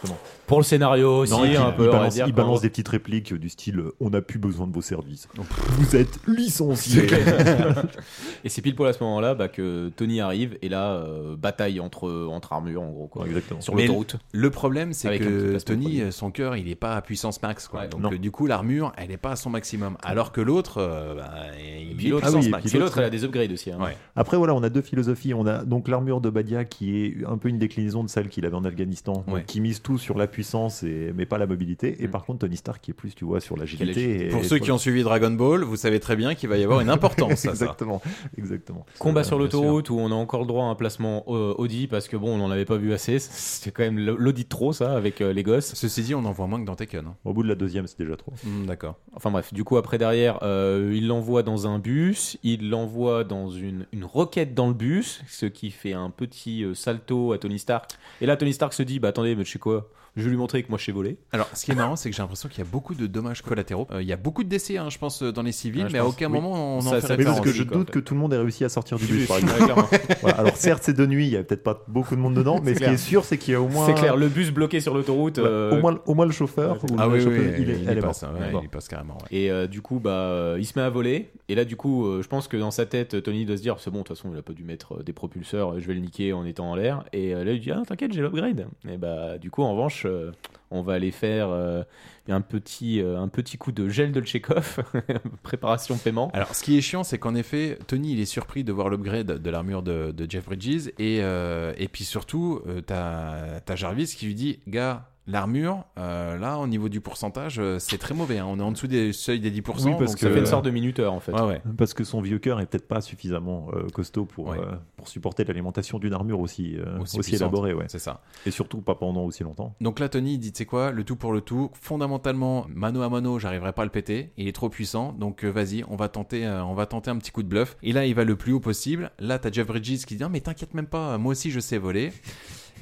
Pour le scénario aussi, Non, et puis, un il peu, on va balance, dire, il quand- balance des petites répliques du style euh, On n'a plus besoin de vos services. Vous êtes licenciés. C'est- et c'est pile pour à ce moment-là bah, que Tony arrive et là euh, bataille entre entre armures en gros quoi. Sur Mais l'autoroute. Le problème, c'est Avec un petit que placement Tony, son cœur, il n'est pas à puissance max. Quoi. Donc, Non. euh, du coup, l'armure, elle n'est pas à son maximum. Alors que l'autre, euh, bah, il puis est l'autre- puissance ah oui, et max. puis l'autre, euh, elle a des upgrades aussi, hein. Ouais. Après, voilà, on a deux philosophies. On a donc l'armure de Badia qui est un peu une déclinaison de celle qu'il avait en Afghanistan, donc Ouais. qui mise tout sur la puissance et, mais pas la mobilité. Et par contre, Tony Stark qui est plus, tu vois, sur l'agilité. Pour ceux qui ont suivi Dragon Ball, vous savez très bien qu'il va y avoir une importance. à ça. exactement, exactement. Combat Euh, sur bien sûr. l'autoroute où on a encore le droit à un placement euh, Audi parce que bon on n'en avait pas vu assez. C'était quand même l'audit trop ça avec euh, les gosses. Ceci dit on en voit moins que dans Tekken. hein. Au bout de la deuxième c'est déjà trop. Mm, D'accord. Enfin bref, du coup après derrière, euh, il l'envoie dans un bus, il l'envoie dans une, une roquette dans le bus, ce qui fait un petit euh, salto à Tony Stark. Et là Tony Stark se dit bah attendez mais je sais quoi, je vais lui montrer que moi je sais voler. Alors, ce qui est marrant, c'est que j'ai l'impression qu'il y a beaucoup de dommages collatéraux. Euh, Il y a beaucoup de décès, hein, je pense, euh, dans les civils, Ouais, je mais à pense, aucun oui. moment on en Ça, fait ça Mais référence. parce que je doute que tout le monde ait réussi à sortir du Du bus, bus, par ouais, exemple. clairement. Voilà, alors certes, c'est de nuit, il y a peut-être pas beaucoup de monde dedans, mais C'est ce qui clair. est sûr, c'est qu'il y a au moins. C'est clair, le bus bloqué sur l'autoroute. Ouais, euh, au, moins, au moins le chauffeur ou Ah le oui, oui, chauffeur, oui, il est, elle il y est morte. passe, hein, ouais, Elle est il y morte. passe carrément. Et euh, du coup, bah, euh, il se met à voler. Et là, du coup, euh, je pense que dans sa tête, Tony doit se dire c'est bon, de toute façon, il a pas dû mettre euh, des propulseurs, euh, je vais le niquer en étant en l'air. Et euh, là, il dit ah, t'inquiète, j'ai l'upgrade. Et bah, du coup, en revanche, euh, on va aller faire euh, un, petit, euh, un petit coup de gel de Chekhov, préparation paiement. Alors, ce qui est chiant, c'est qu'en effet, Tony, il est surpris de voir l'upgrade de l'armure de, de Jeff Bridges. Et, euh, et puis surtout, euh, t'as t'as Jarvis qui lui dit Gars, l'armure, euh, là, au niveau du pourcentage, euh, c'est très mauvais. hein. On est en dessous des seuils des 10%. Oui, parce donc, que- euh, Une sorte de minuteur, en fait. Ouais, ouais. Parce que son vieux cœur est peut-être pas suffisamment euh, costaud pour, Ouais. euh, pour supporter l'alimentation d'une armure aussi, euh, Aussi aussi, puissante, élaborée. Ouais. c'est ça. Et surtout pas pendant aussi longtemps. Donc là, Tony, il dit, tu sais quoi, le tout pour le tout. Fondamentalement, mano à mano, j'arriverai pas à le péter. Il est trop puissant. Donc euh, vas-y, on va tenter, euh, on va tenter un petit coup de bluff. Et là, il va le plus haut possible. Là, t'as Jeff Bridges qui dit, non, mais t'inquiète même pas, moi aussi je sais voler.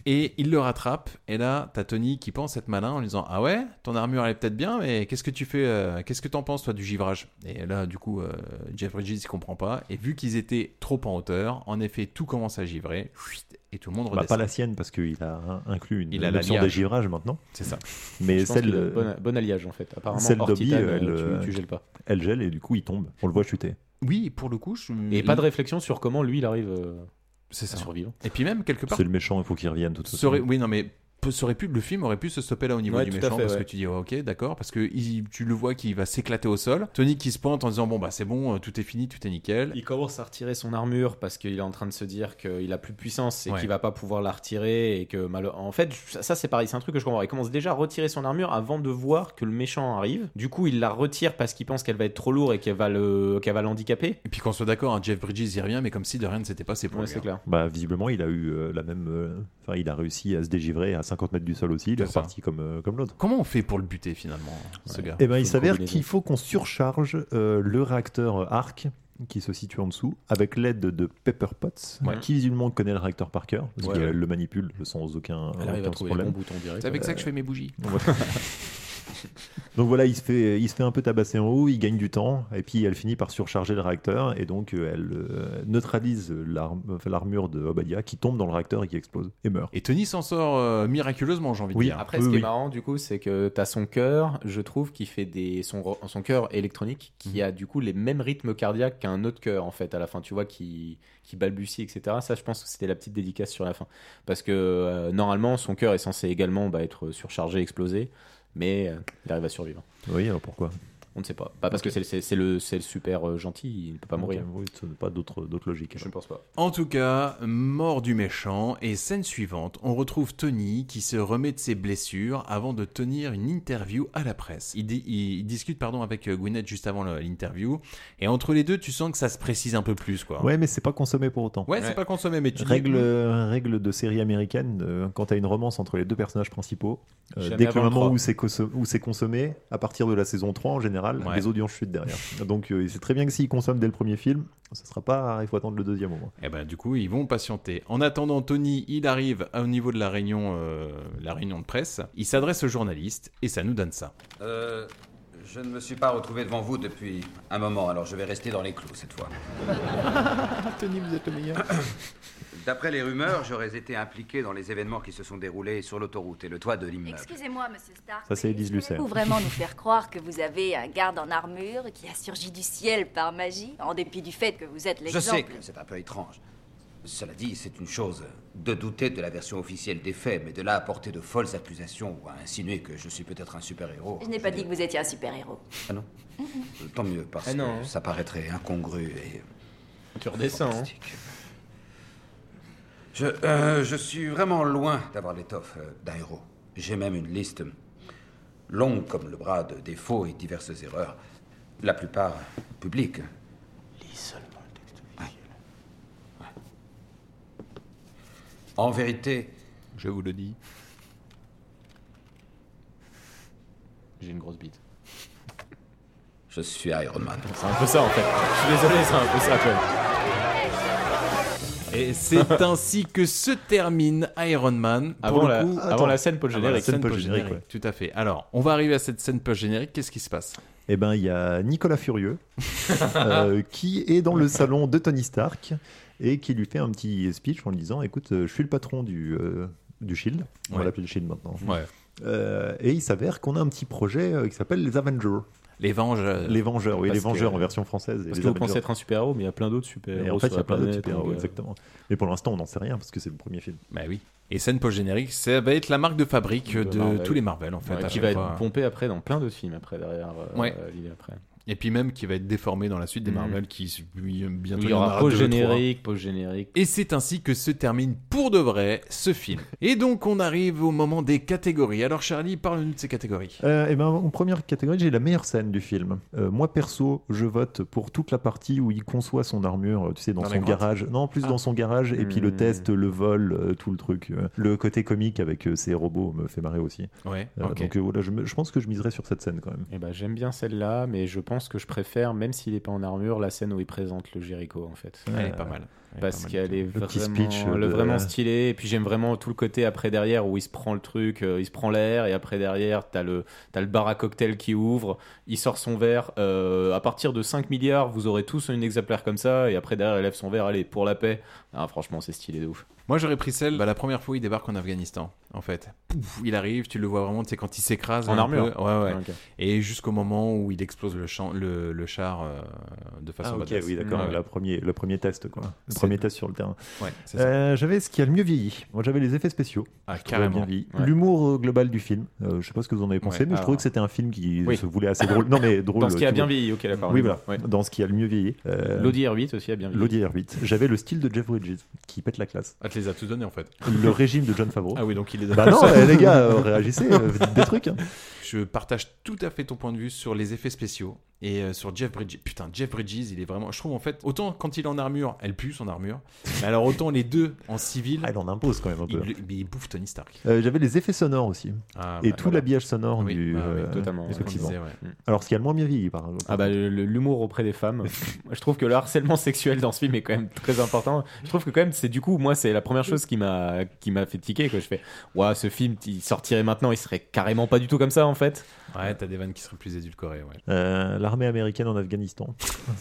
Et il le rattrape. Et là, t'as Tony qui pense être malin en lui disant, ah ouais, ton armure elle est peut-être bien, mais qu'est-ce que tu fais, euh, qu'est-ce que t'en penses toi du givrage Et là, du coup, euh, Jeff Bridges il comprend pas. Et vu qu'ils étaient trop en hauteur, en effet, tout commence à givrer. Chuit, Et tout le monde Bah, redescend. pas la sienne parce qu'il a hein, inclus une, Il a une option l'alliage. d'agivrage maintenant. C'est ça. Mais Je pense celle, qu'il a euh, bon, bon alliage, en fait. Apparemment, celle hors d'Obi, titane, elle, euh, euh, tu, tu gèles pas. elle gèle et du coup il tombe. On le voit chuter. Oui, pour le coup, je... Et pas de réflexion sur comment lui, il arrive euh, C'est ça. à survivre. Et puis même quelque part, C'est le méchant, il faut qu'il revienne tout de suite. Ça aurait- oui, non, mais peu- ça aurait pu, le film aurait pu se stopper là au niveau Ouais, du tout à méchant fait, parce ouais. que tu dis oh, ok d'accord parce que il- tu le vois qu'il va s'éclater au sol. Tony qui se pointe en disant bon bah c'est bon euh, tout est fini tout est nickel. Il commence à retirer son armure parce qu'il est en train de se dire qu'il a plus de puissance et Ouais. qu'il va pas pouvoir la retirer et que mal... en fait ça, ça, c'est pareil c'est un truc que je comprends il commence déjà à retirer son armure avant de voir que le méchant arrive du coup il la retire parce qu'il pense qu'elle va être trop lourde et qu'elle va le qu'elle va l'handicaper Et puis qu'on soit d'accord, hein, Jeff Bridges il revient mais comme si de rien ne s'était passé pour Ouais, lui. c'est hein. clair Bah, visiblement, il a eu euh, la même. euh, Enfin, il a réussi à se dégivrer à 50 mètres du sol aussi. Il est C'est ça. reparti comme, euh, comme l'autre. Comment on fait pour le buter finalement ce gars Eh ben, il Faut s'avère combiner les qu'il faut qu'on surcharge euh, le réacteur ARC qui se situe en dessous avec l'aide de Pepper Potts Ouais. qui visiblement connaît le réacteur par cœur parce Ouais. qu'elle le manipule sans aucun, elle arrive aucun à trouver les problème. bons boutons direct C'est avec ça que je fais mes bougies. Donc voilà, il se, fait, il se fait un peu tabasser en haut, il gagne du temps, et puis elle finit par surcharger le réacteur, et donc euh, elle euh, neutralise l'arm- enfin, l'armure de Obadia qui tombe dans le réacteur et qui explose et meurt. Et Tony s'en sort euh, miraculeusement j'ai envie Oui, de dire. hein. Après, Oui, ce qui est oui. marrant, du coup, c'est que t'as son cœur, je trouve, qui fait des. son, ro- son cœur électronique, qui a du coup les mêmes rythmes cardiaques qu'un autre cœur, en fait, à la fin. Tu vois, qui, qui balbutie, etc. Ça, je pense que c'était la petite dédicace sur la fin. Parce que euh, normalement, son cœur est censé également bah, être surchargé, explosé, mais euh, il arrive à survivre. Oui, alors pourquoi On ne sait pas. Bah, parce que c'est- c'est c'est le, c'est le super euh, gentil, il ne peut pas mourir. Oui, ce n'est pas d'autre d'autre logique. Je ne pense pas. En tout cas, mort du méchant, et scène suivante, on retrouve Tony qui se remet de ses blessures avant de tenir une interview à la presse. Il, di- il- il discute pardon, avec euh, Gwyneth juste avant le- l'interview, et entre les deux, tu sens que ça se précise un peu plus. Quoi. Ouais, mais c'est pas consommé pour autant. Ouais, c'est pas consommé, mais tu dis- hmm. Règle, euh, règle de série américaine, euh, quand tu as une romance entre les deux personnages principaux, euh, Jamais dès que avant le le moment trois. où c'est consom- où c'est consommé, à partir de la saison 3 en général, Ouais. les audiences chutent derrière. Donc euh, c'est très bien que s'ils consomment dès le premier film, ça sera pas, il faut attendre le deuxième au moins. Eh ben, du coup, ils vont patienter. En attendant, Tony, il arrive au niveau de la réunion, euh, la réunion de presse. Il s'adresse aux journalistes et ça nous donne ça. Euh, je ne me suis pas retrouvé devant vous depuis un moment, alors je vais rester dans les clous cette fois. Tony, vous êtes le meilleur. D'après les rumeurs, j'aurais été impliqué dans les événements qui se sont déroulés sur l'autoroute et le toit de l'immeuble. Excusez-moi, monsieur Stark. Ça, c'est Elise Lucet. Vous vraiment nous faire croire que vous avez un garde en armure qui a surgi du ciel par magie, en dépit du fait que vous êtes Je l'exemple. sais que c'est un peu étrange. Cela dit, c'est une chose de douter de la version officielle des faits, mais de là à porter de folles accusations ou à insinuer que je suis peut-être un super-héros. Je n'ai pas dit que vous étiez un super-héros. Ah non Euh, Tant mieux, parce Ah non. que ça paraîtrait incongru et. Tu redescends. hein. Je, euh, je suis vraiment loin d'avoir l'étoffe euh, d'un héros. J'ai même une liste euh, longue comme le bras de défauts et diverses erreurs, la plupart publiques. En vérité. Je vous le dis. J'ai une grosse bite. Je suis Iron Man. C'est un peu ça en fait. Je suis désolé, c'est un peu ça quand même. Et c'est ainsi que se termine Iron Man. Pour Avant le la- coup- avant Attends. la scène post-générique. Avant la scène Ah, Scène post-générique, post-générique, Tout à fait. Alors, on va arriver à cette scène post-générique. Qu'est-ce qui se passe Eh ben, il y a Nicolas Furieux euh, qui est dans le salon de Tony Stark et qui lui fait un petit speech en lui disant Écoute, euh, je suis le patron du, euh, du Shield. On Ouais. va l'appeler le Shield maintenant. Ouais. Euh, et il s'avère qu'on a un petit projet euh, qui s'appelle les Avengers. Les euh, Vengeurs. Les Vengeurs, oui, Parce les Vengeurs que- en version française. et Parce les que vous Avengers. pensez être un super-héros, mais il y a plein d'autres Mais super-héros. en fait, il sur y a la plein d'autres planète, super-héros, donc, euh, exactement. Mais pour l'instant, on n'en sait rien parce que c'est le premier film. Bah oui. Et scène post-générique, ça va être la marque de fabrique de, de Marvel. tous les Marvel en fait. Ouais, à qui chaque va fois. être pompé après dans plein d'autres films après derrière. euh, Ouais. euh, l'idée après. Et puis même qui va être déformé dans la suite des Mhm. Marvel qui lui, euh, bientôt Il y en aura deux, trois. post-générique, post-générique. Et c'est ainsi que se termine pour de vrai ce film. Et donc on arrive au moment des catégories. Alors Charlie, parle-nous de ces catégories. Euh, eh ben, en première catégorie, j'ai la meilleure scène du film. Euh, moi, perso, je vote pour toute la partie où il conçoit son armure, euh, tu sais, dans, Ah. Dans la son grotte. garage. Non, en plus dans son garage, et puis le test, le vol, euh, tout le truc. Euh, Le côté comique avec euh, ses robots me fait marrer aussi. Ouais, Euh, ok. Donc euh, voilà, je, me- je pense que je miserais sur cette scène quand même. Eh ben, j'aime bien celle-là, mais je pense que je préfère, même s'il n'est pas en armure, la scène où il présente le Jericho en fait. Elle est pas mal. Elle est pas Parce mal qu'elle est Le vraiment, petit speech, euh, elle est de- vraiment stylée. Et puis j'aime vraiment tout le côté après derrière où il se prend le truc, euh, il se prend l'air. Et après derrière, t'as le, t'as le bar à cocktail qui ouvre. Il sort son verre. euh, à partir de 5 milliards, vous aurez tous une exemplaire comme ça. Et après derrière, il lève son verre. Allez, pour la paix. Ah, franchement, c'est stylé de ouf. Moi j'aurais pris celle, bah, la première fois où il débarque en Afghanistan, en fait. Pouf, il arrive, tu le vois vraiment, tu sais, quand il s'écrase. En un armure peu. Ouais, ouais. Ah, ok. Et jusqu'au moment où il explose le, champ, le, le char euh, de façon Ah, ok, badass. oui, d'accord. Ouais, ouais. la premier- le premier test, quoi. Le C'est- premier test sur le terrain. Ouais, c'est ça. Euh, j'avais ce qui a le mieux vieilli. Moi, j'avais les effets spéciaux. Ah, Je trouvais carrément. bien vieilli. Ouais. L'humour euh, global du film. Euh, je sais pas ce que vous en avez pensé, Ouais, mais je alors. trouvais que c'était un film qui Oui. se voulait assez drôle. Non, mais drôle. Dans ce qui euh, a tu bien vois. vieilli, ok, d'accord. Oui, voilà. Ouais. Dans ce qui a le mieux vieilli. Euh, L'Audi R8 aussi a bien vieilli. L'Audi R8. J'avais le style de Jeff Bridges qui pète la classe. Ah, tu les as tous donnés en fait. Le régime de John Favreau. Ah oui, donc il les a Bah non, eh, les gars, euh, réagissez, euh, vous dites des trucs. hein. Je partage tout à fait ton point de vue sur les effets spéciaux et euh, sur Jeff Bridges. Putain, Jeff Bridges, il est vraiment. Je trouve en fait, autant quand il est en armure, elle pue son armure, mais alors autant les deux en civil, Ah, il en impose quand même un il, peu. mais il bouffe Tony Stark. Euh, J'avais les effets sonores aussi. Ah, et bah, tout voilà. l'habillage sonore Oui, du. bah, oui, euh, totalement, ouais, effectivement. on disait, ouais. Alors, ce qui a le moins bien vieilli, par Ah bah le- le- l'humour auprès des femmes. Moi, je trouve que le harcèlement sexuel dans ce film est quand même très important. Je trouve que quand même c'est du coup moi c'est la première chose qui m'a qui m'a fait tiquer que je fais waouh ce film il sortirait maintenant il serait carrément pas du tout comme ça en fait. Ouais, t'as des vannes qui seraient plus édulcorées, ouais. Euh, L'armée américaine en Afghanistan.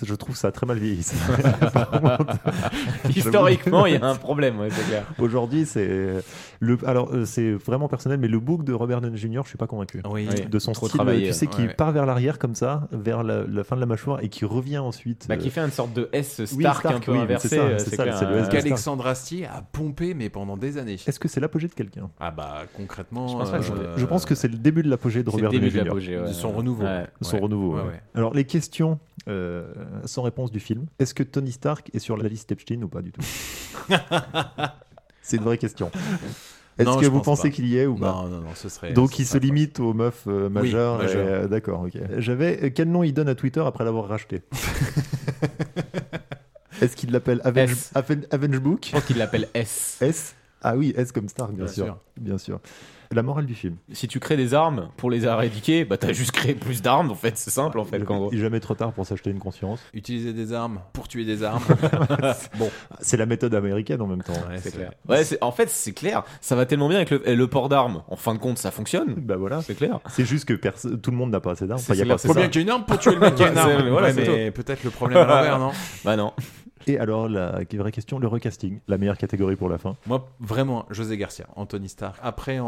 Je trouve ça très mal vieilli. ça. Historiquement il y a un problème ouais, c'est clair. Aujourd'hui, c'est le. Alors, euh, c'est vraiment personnel, mais le book de Robert Downey Jr. Je suis pas convaincu. Oui. De son Ah Trop style, travaillé, tu sais, ouais, qui ouais. part vers l'arrière comme ça, vers la, la fin de la mâchoire, et qui revient ensuite. Bah euh, qui fait une sorte de S Stark, Oui, un Stark, peu oui, inversé. c'est ça, euh, c'est ça, clair, c'est le euh, S de Stark. Qu'Alexandre Astier a pompé, mais pendant des années. Est-ce que c'est l'apogée de quelqu'un Ah bah concrètement, Je pense pas, je, euh, je pense que c'est le début de l'apogée de c'est le Robert début Downey de Jr. l'apogée. ouais. de son renouveau. Ouais. Son Ouais. renouveau. Ouais, ouais. ouais. Alors, les questions euh, sans réponse du film. Est-ce que Tony Stark est sur la liste Epstein ou pas du tout C'est une vraie question. Est-ce Non, que je vous pense pensez pas. qu'il y est ou pas Non, non, non, ce serait. bah. Donc ce il se serait limite aux meufs euh, majeures. et, majeures. euh, D'accord, ok. J'avais euh, quel nom il donne à Twitter après l'avoir racheté Est-ce qu'il l'appelle Avenge, S. Aven- Avenge Book Je pense qu'il l'appelle S. S Ah oui, S comme Stark, bien, Bien sûr. sûr. Bien sûr. La morale du film. Si tu crées des armes pour les éradiquer, bah t'as juste créé plus d'armes en fait, c'est simple en fait qu'en gros. Il est jamais trop tard pour s'acheter une conscience. pas- Utiliser des armes pour tuer des armes. bon, C'est la méthode américaine en même temps. ouais, c'est clair. Ouais, c'est- en fait, c'est clair. Ça va tellement bien avec le, et le port d'armes. En fin de compte, ça fonctionne. Bah voilà. C'est clair. C'est juste que perso- tout le monde n'a pas assez d'armes. C'est- Enfin, il y a c'est pas Faut clair, ça. bien qu'il y ait une arme pour tuer le mec qui a une C'est- arme. voilà, Ouais, c'est mais peut-être le problème à l'envers, non Bah non. Et alors, la vraie question, le recasting, la meilleure catégorie pour la fin. Moi, vraiment, José Garcia, Anthony Starr. Après, en,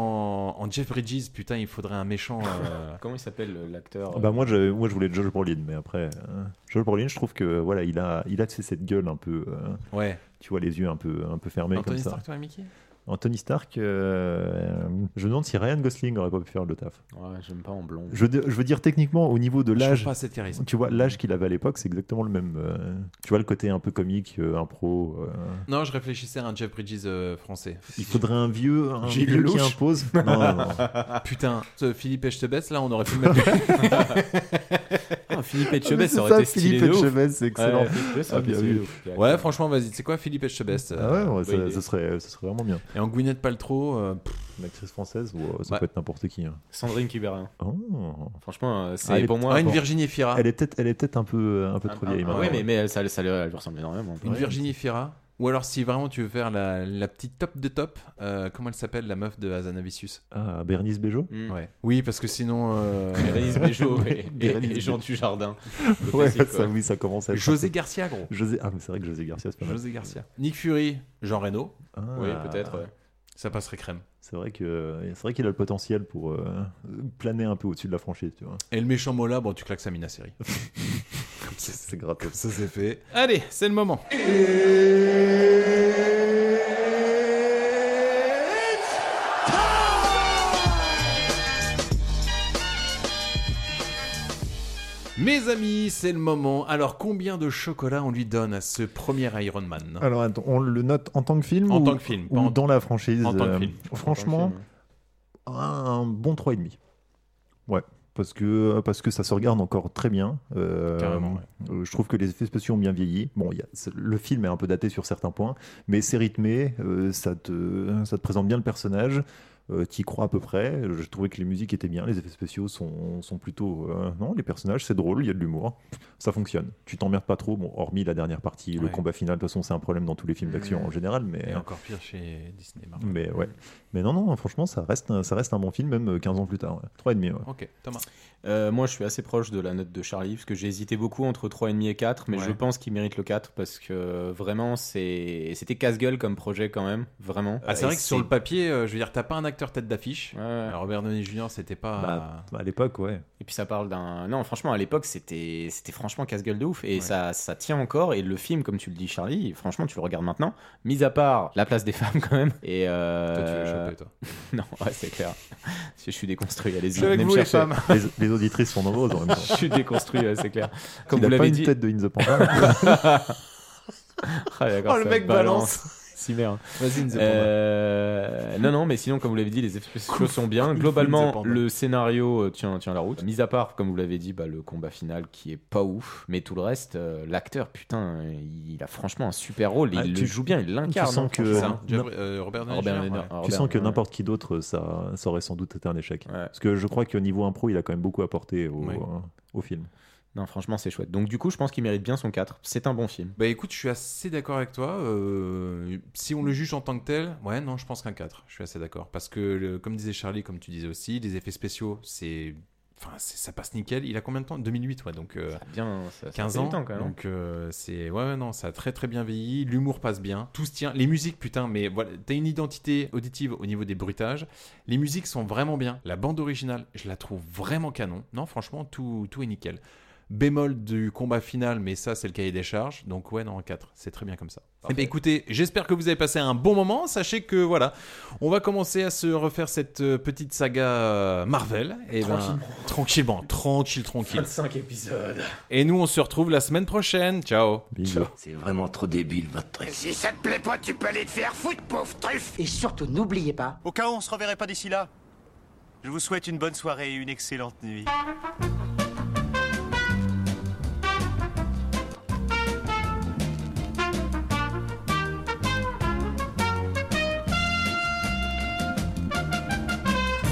en Jeff Bridges, putain, il faudrait un méchant. euh, Comment il s'appelle euh, l'acteur Bah moi, je, moi, je voulais Josh Brolin, mais après, euh, Josh Brolin, je trouve que voilà, il a, il a tu sais, cette gueule un peu. euh, Ouais. Tu vois les yeux un peu, un peu fermés Anthony comme ça. Stark, toi, Mickey Anthony Stark. euh, je me demande si Ryan Gosling aurait pas pu faire le taf. Ouais, j'aime pas en blond. Je, veux dire- je veux dire techniquement au niveau de Je trouve l'âge. pas assez de charisme. Tu vois l'âge qu'il avait à l'époque, c'est exactement le même. euh, tu vois le côté un peu comique, euh, impro. euh, Non, je réfléchissais à un Jeff Bridges euh, français. il faudrait un vieux, un Gilles vieux qui Lelouch. impose. Non, non, non. Putain, ce Philippe Etchebest, là, on aurait pu le mettre. Ah, Philippe Ah, mais Etchebest, c'est ça aurait ça, été stylé. Philippe de ouf. Etchebest, c'est excellent. Ouais, Philippe Etchebest, ça aurait Ah, été bien stylé de vu. ouf. Ouais, franchement, vas-y, tu sais quoi, Philippe Etchebest Ah euh, ouais, ouais, bonne ça, idée. ça serait, ça serait vraiment bien. Et en Gwyneth Paltrow, euh, pff, Une actrice française, ou, euh, ça Ouais. peut être n'importe qui. hein. Sandrine Kiberin. Oh. Franchement, euh, c'est Ah, elle est- pour moi. ah, une pour- Virginie Fira. Elle est peut-être elle est peut-être un peu, euh, un peu Ah, trop ah, vieille. ah, maintenant. ouais, mais, mais elle, ça, ça, elle lui ressemble énormément. Une Ouais. Virginie Fira. Ou alors, si vraiment tu veux faire la, la petite top de top, euh, comment elle s'appelle, la meuf de Hazanavicius Ah, Bernice Bejo Mm. Ouais. Oui, parce que sinon. euh, Bérénice Bejo et, et- Bérénice et Jean Dujardin. Le Ouais, classique, ça, quoi. oui, ça commence à être. José Garcia, gros. José... Ah, mais c'est vrai que José Garcia, c'est pas mal. José Garcia. Nick Fury, Jean Reno. Ah, Oui, peut-être. ouais. Ça passerait crème. C'est vrai que c'est vrai qu'il a le potentiel pour euh, planer un peu au-dessus de la franchise, tu vois. Et le méchant Mola, bon, tu claques ça mine à série. C'est gratos. ça, c'est fait. Allez, c'est le moment. Mes amis, c'est le moment. Alors, combien de chocolat on lui donne à ce premier Iron Man Alors attends, on le note en tant que film En ou, tant que film, pas ou en- dans la franchise en tant que euh, film. Franchement, un bon 3,5. Ouais, parce que, parce que ça se regarde encore très bien. Euh, Carrément, ouais. euh, Je trouve que les effets spéciaux ont bien vieilli. Bon, il y a- c'est- le film est un peu daté sur certains points, mais c'est rythmé, euh, ça, te, ça te présente bien le personnage. Euh, T'y crois à peu près. Je trouvais que les musiques étaient bien, les effets spéciaux sont, sont plutôt. euh, non, les personnages, c'est drôle, il y a de l'humour. Ça fonctionne. Tu t'emmerdes pas trop, bon, hormis la dernière partie, le Ouais. combat final. De toute façon, c'est un problème dans tous les films d'action en général, mais. Et encore pire chez Disney. Marvel. Mais ouais. Mais non, non, franchement, ça reste, un- ça reste un bon film, même 15 ans plus tard. Ouais. 3,5, ouais. Ok, Thomas. Euh, moi, je suis assez proche de la note de Charlie parce que j'ai hésité beaucoup entre 3,5 et 4, mais Ouais. je pense qu'il mérite le 4 parce que vraiment, c'est... c'était casse-gueule comme projet quand même. Vraiment. Ah, c'est Euh, vrai et que sur le papier, euh, je veux dire, t'as pas un acteur tête d'affiche. Ouais, ouais. Alors, Robert Downey Jr., c'était pas. Bah, bah, à l'époque, ouais. Et puis ça parle d'un. Non, franchement, à l'époque, c'était, c'était franchement casse-gueule de ouf. Et Ouais. ça, ça tient encore. Et le film, comme tu le dis, Charlie, franchement, tu le regardes maintenant. Mis à part la place des femmes, quand même. Et. euh, Toi, tu veux choper, toi. non, ouais, c'est clair. Si je suis déconstruit, allez-y. suis avec venez me vous, les chercher. femmes. Les, les auditrices sont nombreuses en même temps. Je suis déconstruit, ouais, c'est clair. Comme Il vous a pas l'avez une dit. tête de In the Panda. Ah, d'accord, Oh, le ça mec Si merde. Vas-y, nous Euh, non, non, mais sinon, comme vous l'avez dit, les effets spéciaux sont bien. Ils Globalement, dépendent. le scénario euh, tient, tient la route. Mis à part, comme vous l'avez dit, bah, le combat final qui est pas ouf. Mais tout le reste, euh, l'acteur, putain, il a franchement un super rôle. et Ah, il tu- le joue bien, il l'incarne. tu sens hein, que- franchement. Ah, ça. Jeff- euh, Robert Downey Robert Jr., Downey- ouais. Robert, tu sens que ouais. n'importe qui d'autre, ça, ça aurait sans doute été un échec. Ouais. Parce que je crois qu'au niveau impro, il a quand même beaucoup apporté au, Ouais. euh, au film. Non, franchement, c'est chouette. Donc, du coup, je pense qu'il mérite bien son 4. C'est un bon film. Bah écoute, je suis assez d'accord avec toi. euh, si on le juge en tant que tel, ouais, non, je pense qu'un 4. Je suis assez d'accord. Parce que, le- comme disait Charlie, comme tu disais aussi, les effets spéciaux, c'est. Enfin, c'est- ça passe nickel. Il a combien de temps 2008, ouais, donc. euh, Bien, ça, ça 15 fait du ans, temps, quand même. donc euh, c'est ouais, ouais, non ça a très très bien vieilli l'humour passe bien tout se tient les musiques putain mais voilà t'as une identité auditive au niveau des bruitages les musiques sont vraiment bien la bande originale je la trouve vraiment canon non franchement tout tout est nickel bémol du combat final mais ça c'est le cahier des charges donc ouais non en 4 c'est très bien comme ça Eh ben, écoutez j'espère que vous avez passé un bon moment sachez que voilà on va commencer à se refaire cette euh, petite saga euh, Marvel et ben, tranquillement tranquille tranquille 5 épisodes. et nous, on se retrouve la semaine prochaine. Ciao Bisous. C'est vraiment trop débile, votre truc. Si ça te plaît pas, tu peux aller te faire foutre, pauvre truffe Et surtout, n'oubliez pas, Au cas où on se reverrait pas d'ici là, je vous souhaite une bonne soirée et une excellente nuit.